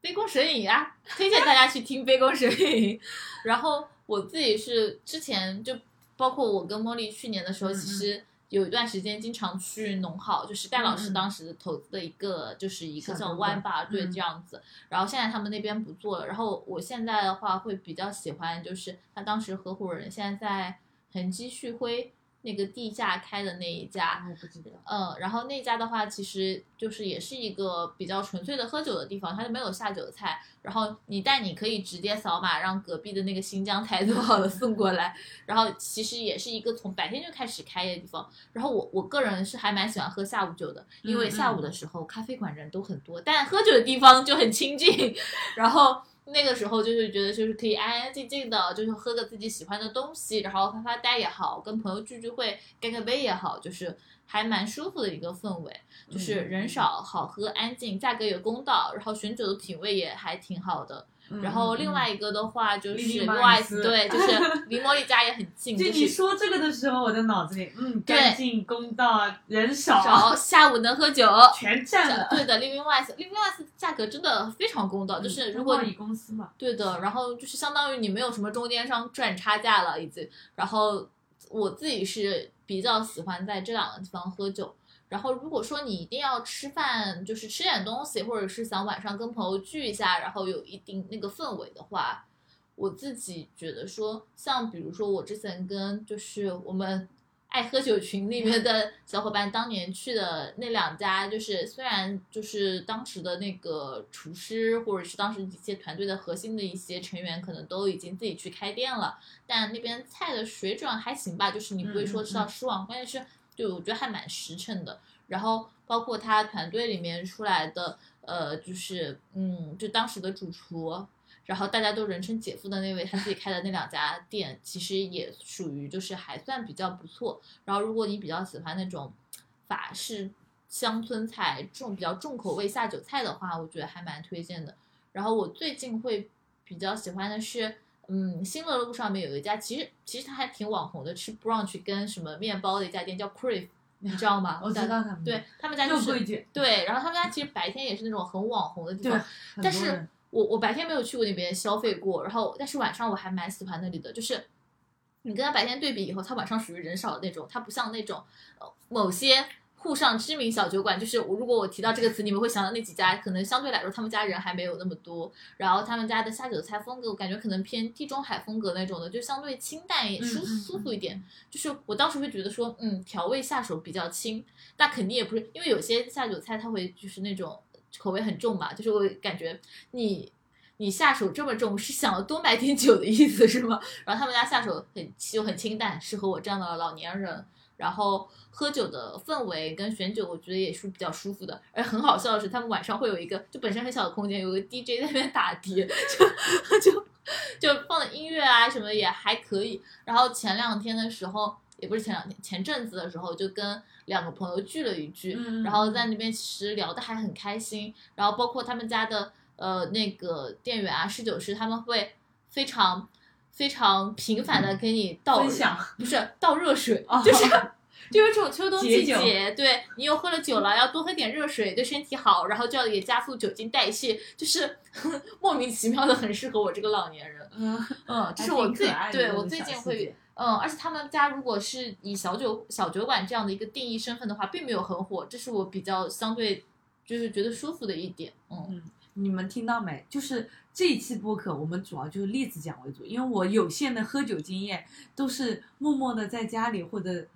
Speaker 3: 杯弓蛇影啊，推荐大家去听杯弓蛇影。然后我自己是之前就包括我跟茉莉去年的时候，
Speaker 2: 嗯嗯
Speaker 3: 其实有一段时间经常去农好，就时代老
Speaker 2: 嗯
Speaker 3: 师
Speaker 2: 嗯
Speaker 3: 当时投资的一个就是一
Speaker 2: 小
Speaker 3: 个叫
Speaker 2: 酒馆
Speaker 3: 湾吧，对
Speaker 2: 嗯
Speaker 3: 这样子。然后现在他们那边不做了，然后我现在的话会比较喜欢就是他当时合伙人现在在恒基旭辉那个地下开的那一家，
Speaker 2: 我不知道。
Speaker 3: 嗯，然后那家的话，其实就是也是一个比较纯粹的喝酒的地方，它就没有下酒菜。然后你但你可以直接扫码让隔壁的那个新疆菜做好了送过来。然后其实也是一个从白天就开始开业的地方。然后我我个人是还蛮喜欢喝下午酒的，因为
Speaker 2: 嗯
Speaker 3: 下
Speaker 2: 嗯
Speaker 3: 午的时候咖啡馆人都很多，但喝酒的地方就很清静。然后那个时候就是觉得就是可以安安静静的，就是喝个自己喜欢的东西，然后发发呆也好，跟朋友聚聚会、干个杯也好，就是还蛮舒服的一个氛围。
Speaker 2: 嗯
Speaker 3: 就是人少、好喝、安静，价格也公道，然后选酒的品味也还挺好的。
Speaker 2: 嗯，
Speaker 3: 然后
Speaker 2: 嗯
Speaker 3: 另。
Speaker 2: 嗯
Speaker 3: 外一个的话就
Speaker 2: 丽
Speaker 3: 是
Speaker 2: 丽马尔
Speaker 3: Wise，
Speaker 2: 斯 *laughs*
Speaker 3: 对，就是离茉莉家也很
Speaker 2: 嗯
Speaker 3: 近，
Speaker 2: 就
Speaker 3: 就
Speaker 2: 你
Speaker 3: 是。
Speaker 2: 说这个的时候，我的脑子里，嗯，
Speaker 3: 对
Speaker 2: 干净、公道、人少，
Speaker 3: 少下午能喝酒，
Speaker 2: 全占了。
Speaker 3: 对的，Living Wise，Living Wise 价格真的非常公道，就是如果
Speaker 2: 贸易
Speaker 3: 你
Speaker 2: 嗯公司嘛，
Speaker 3: 对的，然后就是相当于你没有什么中间商赚差价了，已经。然后我自己是比较喜欢在这两个地方喝酒。然后如果说你一定要吃饭，就是吃点东西，或者是想晚上跟朋友聚一下，然后有一定那个氛围的话，我自己觉得说，像比如说我之前跟就是我们 *laughs* 爱喝酒群里面的小伙伴当年去的那两家，就是虽然就是当时的那个厨师或者是当时一些团队的核心的一些成员，可能都已经自己去开店了，但那边菜的水准还行吧，就是你不会说吃到失望，关键是就我觉得还蛮实诚的。然后包括他团队里面出来的，呃，就是嗯，就当时的主厨，然后大家都人称姐夫的那位，他自己开的那两家店，其实也属于就是还算比较不错。然后如果你比较喜欢那种法式乡村菜重比较重口味下酒菜的话，我觉得还蛮推荐的。然后我最近会比较喜欢的是，嗯，新乐路上面有一家，其实其实它还挺网红的，吃 brunch 跟什么面包的一家店叫 Crave，你知道吗？
Speaker 2: *laughs* 我知道他们
Speaker 3: 对他们家就
Speaker 2: 肉
Speaker 3: 是
Speaker 2: 桂卷，
Speaker 3: 对，然后他们家其实白天也是那种很网红的地
Speaker 2: 对
Speaker 3: 方，，
Speaker 2: 很
Speaker 3: 但
Speaker 2: 多
Speaker 3: 是
Speaker 2: 人
Speaker 3: 我我白天没有去过那边消费过，然后但是晚上我还蛮喜欢那里的，就是你跟他白天对比以后，他晚上属于人少的那种，他不像那种呃某些沪上知名小酒馆，就是我如果我提到这个词，你们会想到那几家，可能相对来说他们家人还没有那么多，然后他们家的下酒菜风格，我感觉可能偏地中海风格那种的，就相对清淡也
Speaker 2: 嗯
Speaker 3: 舒
Speaker 2: 嗯
Speaker 3: 舒服一点。就是我当时会觉得说，嗯，调味下手比较轻，但肯定也不是，因为有些下酒菜它会就是那种口味很重嘛，就是我感觉你你下手这么重是想要多买点酒的意思是吗？然后他们家下手很就很清淡，适合我这样的老年人。然后喝酒的氛围跟选酒，我觉得也是比较舒服的。而很好笑的是，他们晚上会有一个就本身很小的空间，有个 DJ 在那边打碟， *laughs* 就就就放的音乐啊什么也还可以。然后前两天的时候，也不是前两天，前阵子的时候就跟两个朋友聚了一聚，
Speaker 2: 嗯嗯
Speaker 3: 然后在那边其实聊的还很开心。然后包括他们家的呃那个店员啊、侍酒师，他们会非常非常频繁的给你倒
Speaker 2: 嗯分享
Speaker 3: 不是倒热水，
Speaker 2: 哦
Speaker 3: 就是就有种秋冬季
Speaker 2: 解
Speaker 3: 节，对你又喝了酒了，要多喝点热水，对身体好，然后这样也加速酒精代谢，就是 *laughs* 莫名其妙的很适合我这个老年人。
Speaker 2: 嗯，
Speaker 3: 嗯，
Speaker 2: 还
Speaker 3: 这是我
Speaker 2: 挺
Speaker 3: 最
Speaker 2: 可爱的
Speaker 3: 对
Speaker 2: 这
Speaker 3: 我
Speaker 2: 种
Speaker 3: 最
Speaker 2: 小
Speaker 3: 近
Speaker 2: 细
Speaker 3: 会
Speaker 2: 节
Speaker 3: 嗯，而且他们家如果是以小酒小酒馆这样的一个定义身份的话，并没有很火，这是我比较相对就是觉得舒服的一点。嗯，
Speaker 2: 你们听到没？就是这一期播客，我们主要就是例子讲为主，因为我有限的喝酒经验都是默默的在家里或者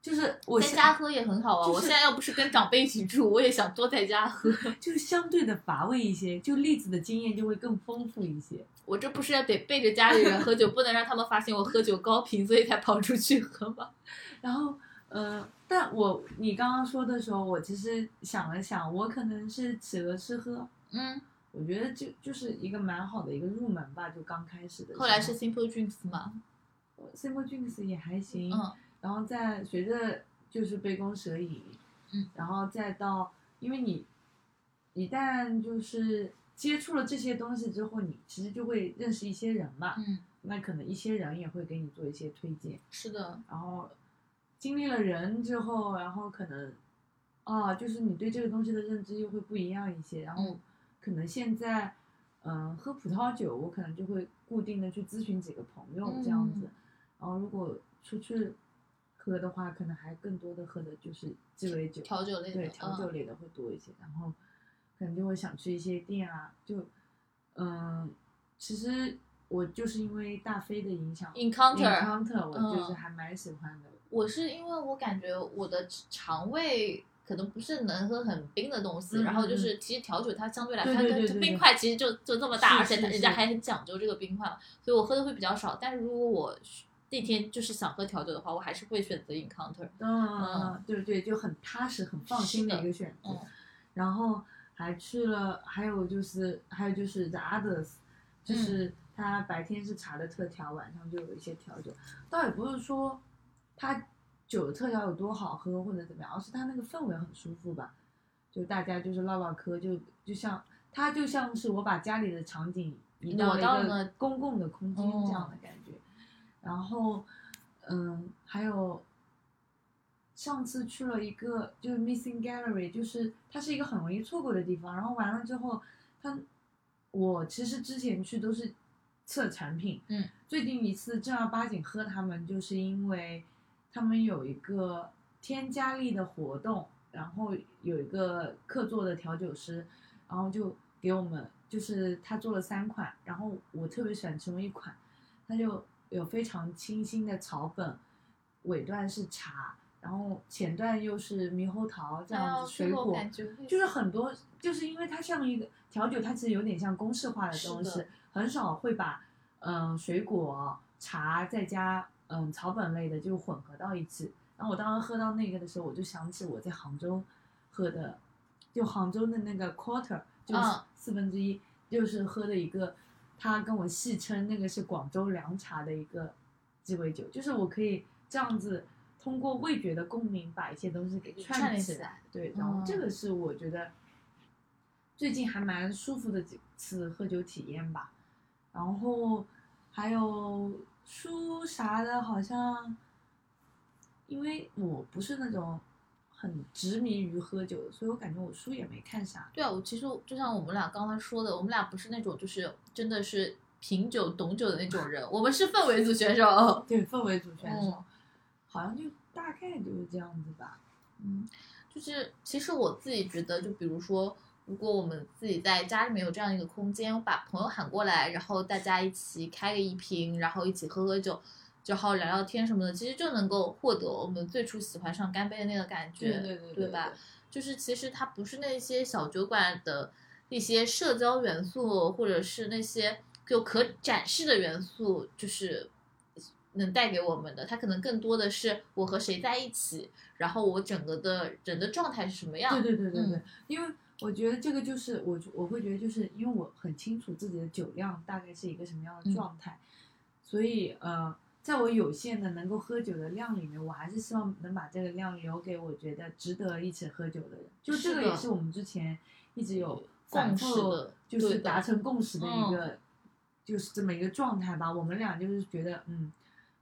Speaker 2: 就是我
Speaker 3: 在
Speaker 2: 现
Speaker 3: 家喝也很好
Speaker 2: 嗯
Speaker 3: 啊。
Speaker 2: 就
Speaker 3: 我
Speaker 2: 是
Speaker 3: 现在要不是跟长辈一起住，我也想多在家
Speaker 2: *laughs*
Speaker 3: 喝。
Speaker 2: 就是相对的乏味一些，就例子的经验就会更丰富一些。
Speaker 3: 我这不是得背着家里人喝酒，不能让他们发现我喝酒高频，所以才跑出去喝吗？
Speaker 2: 然后，嗯、但我你刚刚说的时候，我其实想了想，我可能是吃了吃喝，
Speaker 3: 嗯，
Speaker 2: 我觉得就就是一个蛮好的一个入门吧，就刚开始的时候。
Speaker 3: 后来是 Simple Dreams 吗？
Speaker 2: 我 Simple Dreams 也还行，
Speaker 3: 嗯
Speaker 2: 然后再随着就是杯弓蛇影，
Speaker 3: 嗯，
Speaker 2: 然后再到，因为你一旦就是接触了这些东西之后，你其实就会认识一些人嘛，
Speaker 3: 嗯，
Speaker 2: 那可能一些人也会给你做一些推荐，
Speaker 3: 是的，
Speaker 2: 然后经历了人之后，然后可能啊，就是你对这个东西的认知又会不一样一些，然后
Speaker 3: 嗯
Speaker 2: 可能现在嗯、喝葡萄酒，我可能就会固定的去咨询几个朋友这样子，
Speaker 3: 嗯
Speaker 2: 然后如果出去喝的话，可能还更多的喝的就是鸡尾酒，
Speaker 3: 调酒类的，
Speaker 2: 对调酒
Speaker 3: 嗯
Speaker 2: 类的会多一些，然后可能就会想去一些店啊，就嗯，其实我就是因为大飞的影响
Speaker 3: Encounter，
Speaker 2: Encounter，我就是
Speaker 3: 嗯
Speaker 2: 还蛮喜欢的。
Speaker 3: 我是因为我感觉我的肠胃。可能不是能喝很冰的东西，
Speaker 2: 嗯
Speaker 3: 然后就是其实调酒它相对来说，
Speaker 2: 对
Speaker 3: 它
Speaker 2: 对对对
Speaker 3: 跟冰块其实就就这么大，而
Speaker 2: 是
Speaker 3: 且它
Speaker 2: 是
Speaker 3: 人家
Speaker 2: 是
Speaker 3: 还很讲究这个冰块嘛，所以我喝的会比较少。但是如果我那天就是想喝调酒的话，我还是会选择 Encounter。
Speaker 2: 嗯，对对，就很踏实、很放心的一个选择。
Speaker 3: 嗯，
Speaker 2: 然后还去了，还有就是还有就是 The Others，就是
Speaker 3: 嗯
Speaker 2: 它白天是茶的特调，晚上就有一些调酒。倒也不是说它酒的特调有多好喝或者怎么样，而是它那个氛围很舒服吧。就大家就是唠唠嗑，就就像它就像是我把家里的场景移
Speaker 3: 挪到
Speaker 2: 了一
Speaker 3: 了
Speaker 2: 个公共的空间
Speaker 3: 哦
Speaker 2: 这样的感觉。然后，嗯，还有上次去了一个就是 Missing Gallery，就是它是一个很容易错过的地方。然后完了之后，它我其实之前去都是测产品，
Speaker 3: 嗯，
Speaker 2: 最近一次正儿八经喝他们，就是因为他们有一个添加力的活动，然后有一个客座的调酒师，然后就给我们，就是他做了三款，然后我特别喜欢其中一款，它就有非常清新的草本，尾段是茶，然后前段又是猕猴桃
Speaker 3: 哎
Speaker 2: 这样子水果，
Speaker 3: 感觉会
Speaker 2: 就是很多，就是因为它像一个调酒，它其实有点像公式化的东
Speaker 3: 是
Speaker 2: 西
Speaker 3: 的，
Speaker 2: 很少会把嗯、呃水果、茶再加嗯、草本类的就混合到一起。然后我当时喝到那个的时候，我就想起我在杭州喝的，就杭州的那个 quarter，就是
Speaker 3: 嗯
Speaker 2: 四分之一，就是喝的一个，他跟我戏称那个是广州凉茶的一个鸡尾酒，就是我可以这样子通过味觉的共鸣把一些东西给
Speaker 3: 串
Speaker 2: 串
Speaker 3: 联
Speaker 2: 起
Speaker 3: 起来
Speaker 2: 来，对，然后这
Speaker 3: 嗯
Speaker 2: 个是我觉得最近还蛮舒服的几次喝酒体验吧，然后还有书啥的，好像因为我不是那种很执迷于喝酒的，所以我感觉我书也没看啥。
Speaker 3: 对啊，我其实就像我们俩刚才说的，我们俩不是那种就是真的是品酒懂酒的那种人，我们是氛围组选手。 *laughs*
Speaker 2: 对，氛围组选手，
Speaker 3: 嗯
Speaker 2: 好像就大概就是这样子吧。
Speaker 3: 嗯，就是其实我自己觉得，就比如说，如果我们自己在家里面有这样一个空间，我把朋友喊过来，然后大家一起开个一瓶，然后一起喝喝酒，然后聊聊天什么的，其实就能够获得我们最初喜欢上干杯的那个感觉，
Speaker 2: 对对
Speaker 3: 吧？？就是其实它不是那些小酒馆的一些社交元素，或者是那些就可展示的元素，就是能带给我们的。它可能更多的是我和谁在一起，然后我整个的人的状态是什么样。
Speaker 2: 对对对对对，
Speaker 3: 嗯
Speaker 2: 因为我觉得这个就是我我会觉得就是因为我很清楚自己的酒量大概是一个什么样
Speaker 3: 嗯
Speaker 2: 的状态，所以呃，在我有限的能够喝酒的量里面，我还是希望能把这个量留给我觉得值得一起喝酒的人。就这
Speaker 3: 是
Speaker 2: 个
Speaker 3: 的
Speaker 2: 也是我们之前一直有
Speaker 3: 共
Speaker 2: 反
Speaker 3: 识
Speaker 2: 复
Speaker 3: 的
Speaker 2: 就
Speaker 3: 对
Speaker 2: 是
Speaker 3: 的
Speaker 2: 达成共识的
Speaker 3: 嗯
Speaker 2: 一个，就是这么一个状态吧。我们俩就是觉得嗯。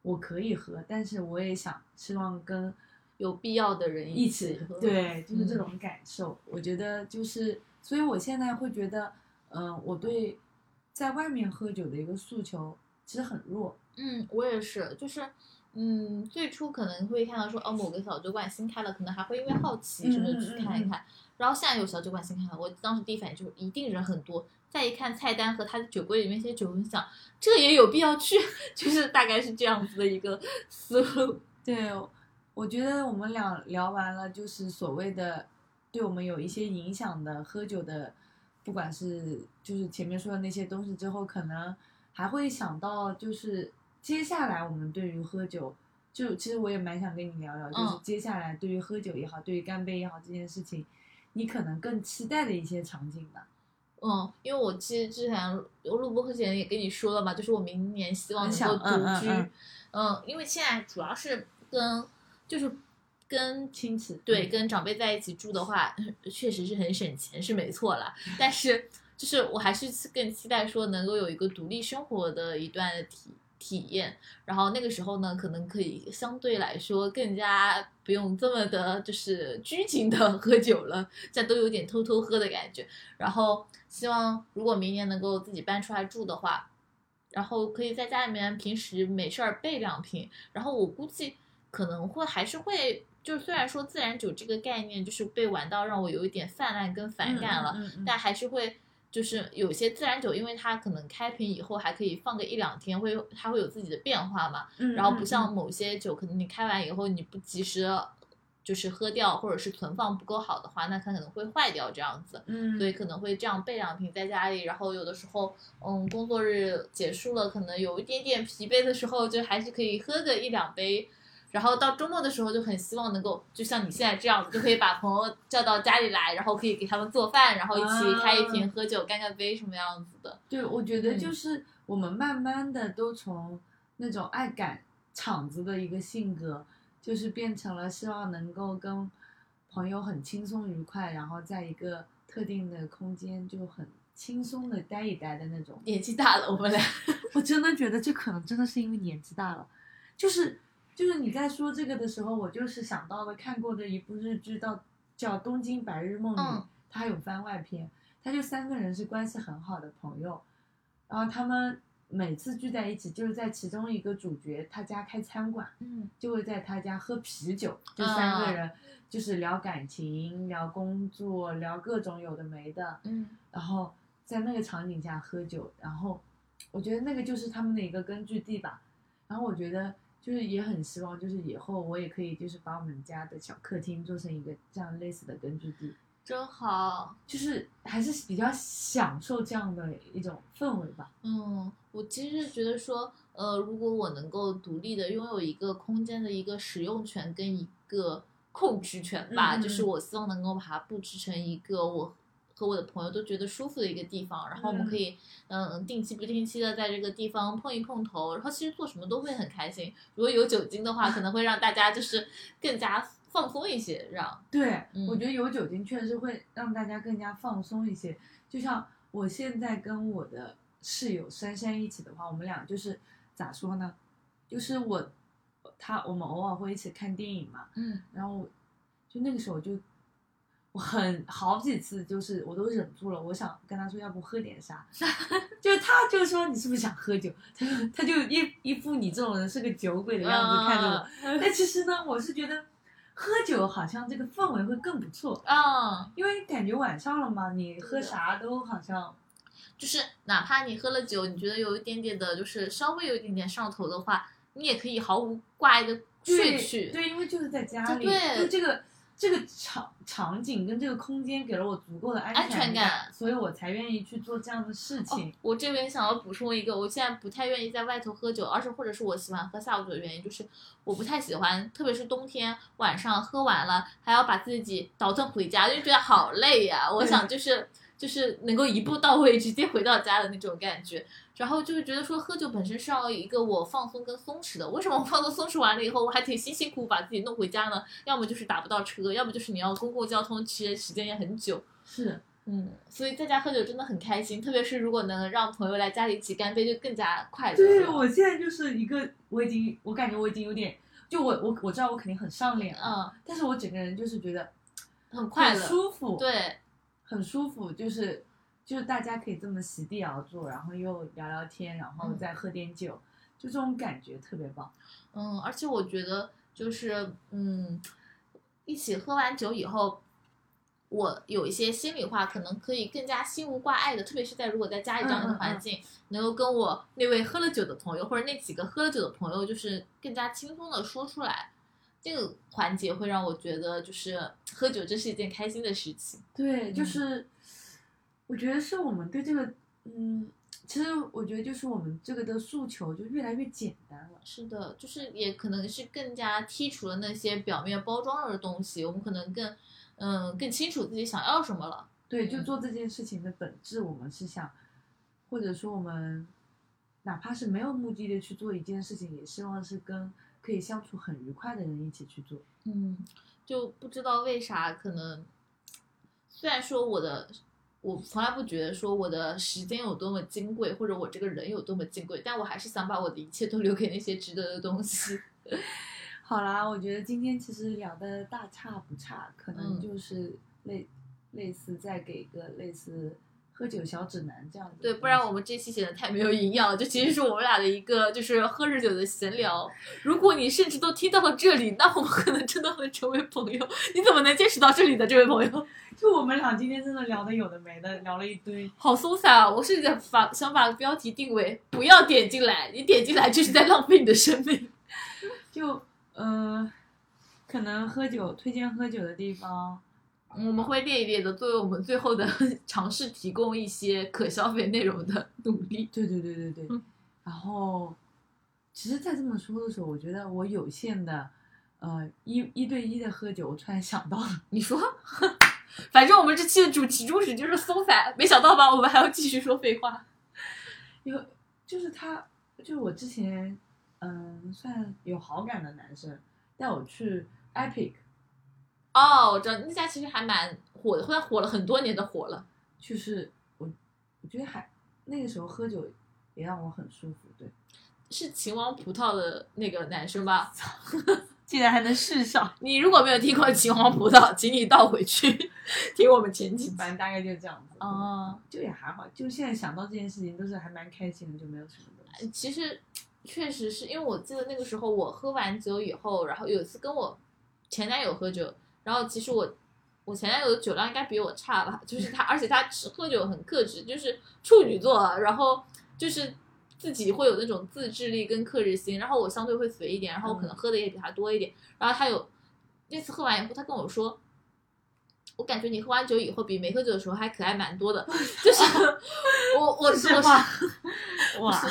Speaker 2: 我可以喝，但是我也想希望跟
Speaker 3: 有必要的人
Speaker 2: 一
Speaker 3: 起
Speaker 2: 起
Speaker 3: 喝，
Speaker 2: 对，就是这
Speaker 3: 嗯
Speaker 2: 种感受。我觉得就是，所以我现在会觉得，嗯、我对在外面喝酒的一个诉求其实很弱。
Speaker 3: 嗯，我也是，就是，嗯，最初可能会看到说，哦，某个小酒馆新开了，可能还会因为好奇什么的
Speaker 2: 嗯嗯
Speaker 3: 去
Speaker 2: 嗯
Speaker 3: 看一
Speaker 2: 嗯
Speaker 3: 看。然后现在有小酒馆新开了，我当时第一反应就是一定人很多。再一看菜单和他的酒柜里面一些酒，我就想这也有必要去， *laughs* 就是大概是这样子的一个思路。
Speaker 2: 对，我觉得我们俩聊完了，就是所谓的对我们有一些影响的喝酒的，不管是就是前面说的那些东西之后，可能还会想到就是接下来我们对于喝酒。就其实我也蛮想跟你聊聊，就是
Speaker 3: 嗯
Speaker 2: 接下来对于喝酒也好，对于干杯也好这件事情，你可能更期待的一些场景吧。
Speaker 3: 嗯，因为我其实之前我录播课前也跟你说了嘛，就是我明年希望能够
Speaker 2: 很想
Speaker 3: 独居，
Speaker 2: 嗯嗯
Speaker 3: 嗯因为现在主要是跟就是跟
Speaker 2: 亲戚
Speaker 3: 对，跟长辈在一起住的话， *laughs* 确实是很省钱，是没错啦。但是就是我还是更期待说能够有一个独立生活的一段体体验，然后那个时候呢，可能可以相对来说更加不用这么的，就是拘谨的 *laughs* 喝酒了，这都有点偷偷喝的感觉。然后希望如果明年能够自己搬出来住的话，然后可以在家里面平时没事儿备两瓶，然后我估计可能会还是会，就虽然说自然酒这个概念就是被玩到让我有一点泛滥跟反感了，
Speaker 2: 嗯嗯嗯嗯
Speaker 3: 但还是会就是有些自然酒，因为它可能开瓶以后还可以放个一两天，会它会有自己的变化嘛，
Speaker 2: 嗯
Speaker 3: 然后不
Speaker 2: 嗯
Speaker 3: 像
Speaker 2: 嗯
Speaker 3: 某些酒，可能你开完以后你不及时就是喝掉，或者是存放不够好的话，那它可能会坏掉这样子。
Speaker 2: 嗯，
Speaker 3: 所以可能会这样备两瓶在家里，然后有的时候，嗯，工作日结束了，可能有一点点疲惫的时候，就还是可以喝个一两杯。然后到周末的时候，就很希望能够就像你现在这样子，就可以把朋友叫到家里来，然后可以给他们做饭，然后一起开一瓶喝酒，干干杯什么样子的。
Speaker 2: 对，我觉得
Speaker 3: 嗯
Speaker 2: 就是我们慢慢的都从那种爱赶场子的一个性格，就是变成了希望能够跟朋友很轻松愉快，然后在一个特定的空间就很轻松的待一待的那种。
Speaker 3: 年纪大了，我们俩，
Speaker 2: 我真的觉得这可能真的是因为年纪大了，就是就是你在说这个的时候，我就是想到了看过的一部日剧到，叫《东京白日梦里》，
Speaker 3: 嗯
Speaker 2: 它有番外篇，它就三个人是关系很好的朋友，然后他们每次聚在一起，就是在其中一个主角他家开餐馆，
Speaker 3: 嗯
Speaker 2: 就会在他家喝啤酒，就三个人就是聊感情、聊工作、聊各种有的没的，
Speaker 3: 嗯
Speaker 2: 然后在那个场景下喝酒，然后我觉得那个就是他们的一个根据地吧。然后我觉得就是也很希望，就是以后我也可以就是把我们家的小客厅做成一个这样类似的根据地，
Speaker 3: 真好。
Speaker 2: 就是还是比较享受这样的一种氛围吧。
Speaker 3: 嗯，我其实是觉得说，呃，如果我能够独立的拥有一个空间的一个使用权跟一个控制权吧，
Speaker 2: 嗯嗯
Speaker 3: 就是
Speaker 2: 嗯
Speaker 3: 我希望能够把它布置成一个我和我的朋友都觉得舒服的一个地方，然后我们
Speaker 2: 嗯
Speaker 3: 可以，嗯、定期不定期的在这个地方碰一碰头，然后其实做什么都会很开心。如果有酒精的话，可能会让大家就是更加放松一些，这样，
Speaker 2: 对，
Speaker 3: 嗯
Speaker 2: 我觉得有酒精确实会让大家更加放松一些。就像我现在跟我的室友珊珊一起的话，我们俩就是咋说呢？就是我，他我们偶尔会一起看电影嘛，
Speaker 3: 嗯
Speaker 2: 然后就那个时候就我很好几次就是我都忍住了，我想跟他说要不喝点
Speaker 3: *laughs*
Speaker 2: 啥，就是他就说你是不是想喝酒？他就他就一一副你这种人是个酒鬼的样子看着我，
Speaker 3: 啊
Speaker 2: 但其实呢，我是觉得喝酒好像这个氛围会更不错，
Speaker 3: 啊。嗯
Speaker 2: 因为感觉晚上了嘛，你喝
Speaker 3: 的
Speaker 2: 啥都好像
Speaker 3: 就是哪怕你喝了酒，你觉得有一点点的，就是稍微有一点点上头的话，你也可以毫无挂碍的睡
Speaker 2: 对
Speaker 3: 去。
Speaker 2: 对，因为就是在家
Speaker 3: 就
Speaker 2: 里，
Speaker 3: 对
Speaker 2: 就这个这个场场景跟这个空间给了我足够的安
Speaker 3: 安全
Speaker 2: 感，
Speaker 3: 感
Speaker 2: 所以我才愿意去做这样的事
Speaker 3: 哦
Speaker 2: 情。，
Speaker 3: 我这边想要补充一个，我现在不太愿意在外头喝酒，而且或者是我喜欢喝下午酒的原因，就是我不太喜欢，特别是冬天晚上喝完了还要把自己倒腾回家，就觉得好累呀、我想就是就是能够一步到位，直接回到家的那种感觉。然后就是觉得说喝酒本身是要一个我放松跟松弛的，为什么我放松松弛完了以后，我还挺辛辛苦苦把自己弄回家呢？要么就是打不到车，要么就是你要公共交通，其实时间也很久。
Speaker 2: 是，
Speaker 3: 嗯，所以在家喝酒真的很开心，特别是如果能让朋友来家里一起干杯，就更加快乐。
Speaker 2: 对我现在就是一个，我已经我感觉我已经有点，就我我我知道我肯定很上脸了，
Speaker 3: 嗯，
Speaker 2: 但是我整个人就是觉得
Speaker 3: 很快
Speaker 2: 很
Speaker 3: 乐。
Speaker 2: 舒服，
Speaker 3: 对，
Speaker 2: 很舒服，就是就是大家可以这么席地而坐，然后又聊聊天，然后再喝点酒，就这种感觉特别棒。
Speaker 3: 嗯，而且我觉得就是，嗯，一起喝完酒以后，我有一些心里话，可能可以更加心无挂碍的，特别是在如果在家里这样一个
Speaker 2: 嗯嗯
Speaker 3: 环
Speaker 2: 嗯
Speaker 3: 境，能够跟我那位喝了酒的朋友，或者那几个喝了酒的朋友，就是更加轻松的说出来。这个环节会让我觉得，就是喝酒真是一件开心的事情。
Speaker 2: 对，就
Speaker 3: 嗯
Speaker 2: 是、我觉得是我们对这个，嗯，其实我觉得就是我们这个的诉求就越来越简单了。
Speaker 3: 是的，就是也可能是更加剔除了那些表面包装了的东西，我们可能更，嗯，更清楚自己想要什么了。
Speaker 2: 对，就做这件事情的本质，我们是想，或者说我们哪怕是没有目的的去做一件事情，也希望是跟可以相处很愉快的人一起去做。
Speaker 3: 嗯，就不知道为啥，可能虽然说我的，我从来不觉得说我的时间有多么金贵，或者我这个人有多么金贵，但我还是想把我的一切都留给那些值得的东西。
Speaker 2: 好啦，我觉得今天其实聊的大差不差，可能
Speaker 3: 嗯
Speaker 2: 就是类、类似再给一个类似喝酒小指南这样子的东西。
Speaker 3: 对，不然我们这期显得太没有营养了。这其实是我们俩的一个就是喝着酒的闲聊。如果你甚至都听到了这里，那我们可能真的会成为朋友。你怎么能坚持到这里的，这位朋友？
Speaker 2: 就我们俩今天真的聊的有的没的，聊了一堆。
Speaker 3: 好松散啊！我是想把想把标题定为“不要点进来”，你点进来就是在浪费你的生命。
Speaker 2: 就呃，可能喝酒推荐喝酒的地方，
Speaker 3: 我们会列一列的，作为我们最后的 *laughs* 尝试提供一些可消费内容的努力。
Speaker 2: 对对对对对。
Speaker 3: 嗯
Speaker 2: 然后，其实再这么说的时候，我觉得我有限的，呃，一一对一的喝酒，我突然想到了，
Speaker 3: 你说， *laughs* 反正我们这期的主题宗旨就是松散，没想到吧？我们还要继续说废话。
Speaker 2: 有就是他，就是我之前嗯、算有好感的男生带我去 Epic
Speaker 3: 哦，我知道那家其实还蛮火的，后来火了很多年的火了。
Speaker 2: 就是我我觉得还那个时候喝酒也让我很舒服，对。
Speaker 3: 是秦王葡萄的那个男生吧？
Speaker 2: *laughs* 竟然还能试上，
Speaker 3: 你如果没有听过秦王葡萄，请你倒回去 *laughs* 听我们前几集。
Speaker 2: 反正大概就这样子。
Speaker 3: 哦，
Speaker 2: 就也还好，就现在想到这件事情都是还蛮开心的，就没有什么东西。
Speaker 3: 其实确实是因为我记得那个时候我喝完酒以后，然后有一次跟我前男友喝酒，然后其实我我前男友的酒量应该比我差吧，就是他，而且他只喝酒很克制，就是处女座啊，然后就是。自己会有那种自制力跟克制心，然后我相对会随一点，然后我可能喝的也比他多一点。然后他有那次喝完以后，他跟我说，我感觉你喝完酒以后比没喝酒的时候还可爱蛮多的，就是 *laughs* 我我我
Speaker 2: 这
Speaker 3: 是
Speaker 2: 句话哇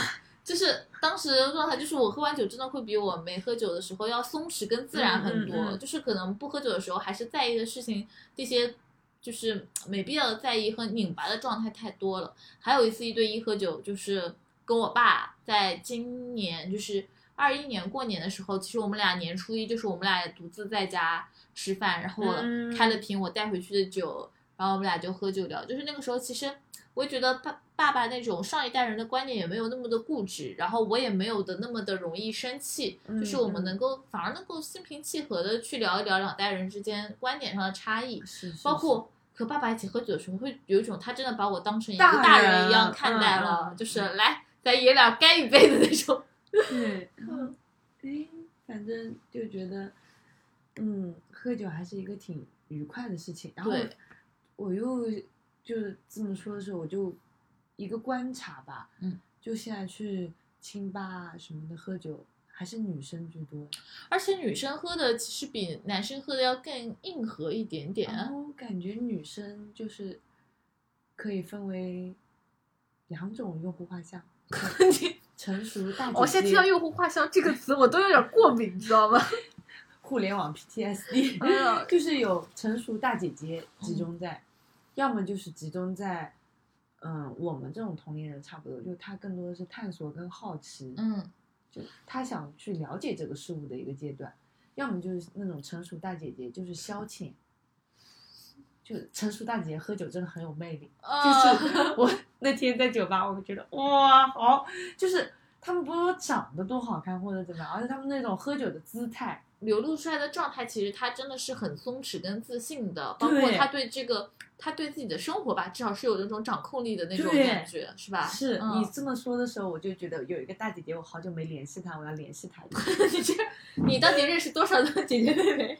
Speaker 3: 就是当时的状态，就是我喝完酒真的会比我没喝酒的时候要松弛跟自然很多，
Speaker 2: 嗯嗯嗯
Speaker 3: 就是可能不喝酒的时候还是在意的事情，这些就是没必要的在意和拧巴的状态太多了。还有一次一对一喝酒，就是跟我爸在今年就是二一年过年的时候，其实我们俩年初一就是我们俩也独自在家吃饭，然后我
Speaker 2: 嗯
Speaker 3: 开了瓶我带回去的酒，然后我们俩就喝酒聊。就是那个时候，其实我也觉得爸爸爸那种上一代人的观念也没有那么的固执，然后我也没有的那么的容易生气，
Speaker 2: 嗯
Speaker 3: 就是我们能够反而能够心平气和的去聊一聊两代人之间观点上的差异，
Speaker 2: 是是
Speaker 3: 包括和爸爸一起喝酒的时候，会有一种他真的把我当成一个
Speaker 2: 大
Speaker 3: 大
Speaker 2: 人
Speaker 3: 人一样
Speaker 2: 嗯
Speaker 3: 看待了，
Speaker 2: 嗯
Speaker 3: 就是
Speaker 2: 嗯
Speaker 3: 来咱爷俩干一杯的那种。 *laughs*
Speaker 2: 是对，然后哎，反正就觉得，嗯，喝酒还是一个挺愉快的事情。然后
Speaker 3: 对
Speaker 2: 我又就是这么说的时候，我就一个观察吧，
Speaker 3: 嗯，
Speaker 2: 就现在去清吧啊什么的喝酒，还是女生居多。
Speaker 3: 而且女生喝的其实比男生喝的要更硬核一点点。啊
Speaker 2: 然后哦感觉女生就是可以分为两种用户画
Speaker 3: *laughs*
Speaker 2: 像，
Speaker 3: 你
Speaker 2: 成熟大姐姐，
Speaker 3: *laughs* 我现在听到“用户画像”这个词，我都有点过敏，你知道吗？
Speaker 2: *laughs* 互联网 PTSD，、
Speaker 3: *laughs* 哎嗯呀
Speaker 2: 就是有成熟大姐姐集中在，要么就是集中在，嗯，我们这种同龄人差不多，就她更多的是探索跟好奇，
Speaker 3: 嗯，
Speaker 2: 就她想去了解这个事物的一个阶段，要么就是那种成熟大姐姐，就是消遣。就成熟大姐姐喝酒真的很有魅力，
Speaker 3: 哦呃
Speaker 2: 就是我 *laughs* 那天在酒吧，我觉得哇，好，就是他们不是说长得多好看或者怎么样，而是他们那种喝酒的姿态，
Speaker 3: 流露出来的状态，其实他真的是很松弛跟自信的，包括他对这个，他对自己的生活吧，至少是有那种掌控力的那种
Speaker 2: 对
Speaker 3: 感觉，是吧？
Speaker 2: 是、
Speaker 3: 嗯
Speaker 2: 你这么说的时候，我就觉得有一个大姐姐，我好久没联系她，我要联系
Speaker 3: *laughs*
Speaker 2: 她一下。
Speaker 3: *laughs* 你这，你到底认识多少的姐姐妹妹？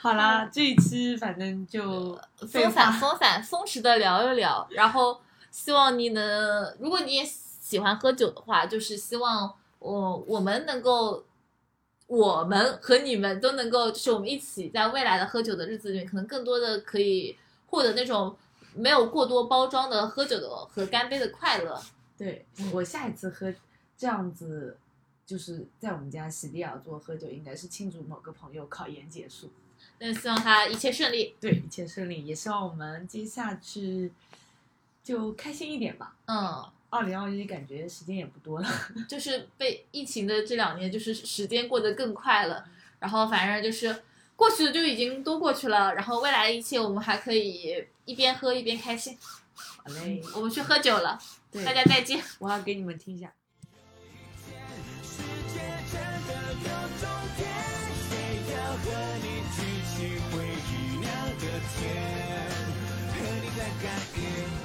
Speaker 2: 好啦，这一期反正就废
Speaker 3: 呃松散、
Speaker 2: 话，
Speaker 3: 松散、松弛的聊一聊，然后希望你能，如果你也喜欢喝酒的话，就是希望我我们能够，我们和你们都能够，就是我们一起在未来的喝酒的日子里面，可能更多的可以获得那种没有过多包装的喝酒的和干杯的快乐。
Speaker 2: 对我下一次喝这样子。就是在我们家席地而坐喝酒，应该是庆祝某个朋友考研结束。
Speaker 3: 那希望他一切顺利。
Speaker 2: 对，一切顺利，也希望我们接下去就开心一点吧。
Speaker 3: 嗯，
Speaker 2: 二零二一感觉时间也不多了，
Speaker 3: 就是被疫情的这两年，就是时间过得更快了。然后反正就是过去的就已经都过去了，然后未来的一切我们还可以一边喝一边开心。
Speaker 2: 好
Speaker 3: *laughs*
Speaker 2: 嘞，
Speaker 3: 我们去喝酒了，
Speaker 2: 对，
Speaker 3: 大家再见。
Speaker 2: 我要给你们听一下。
Speaker 1: 世界真的有终点，谁要和你举起回忆酿的甜，和你来感应。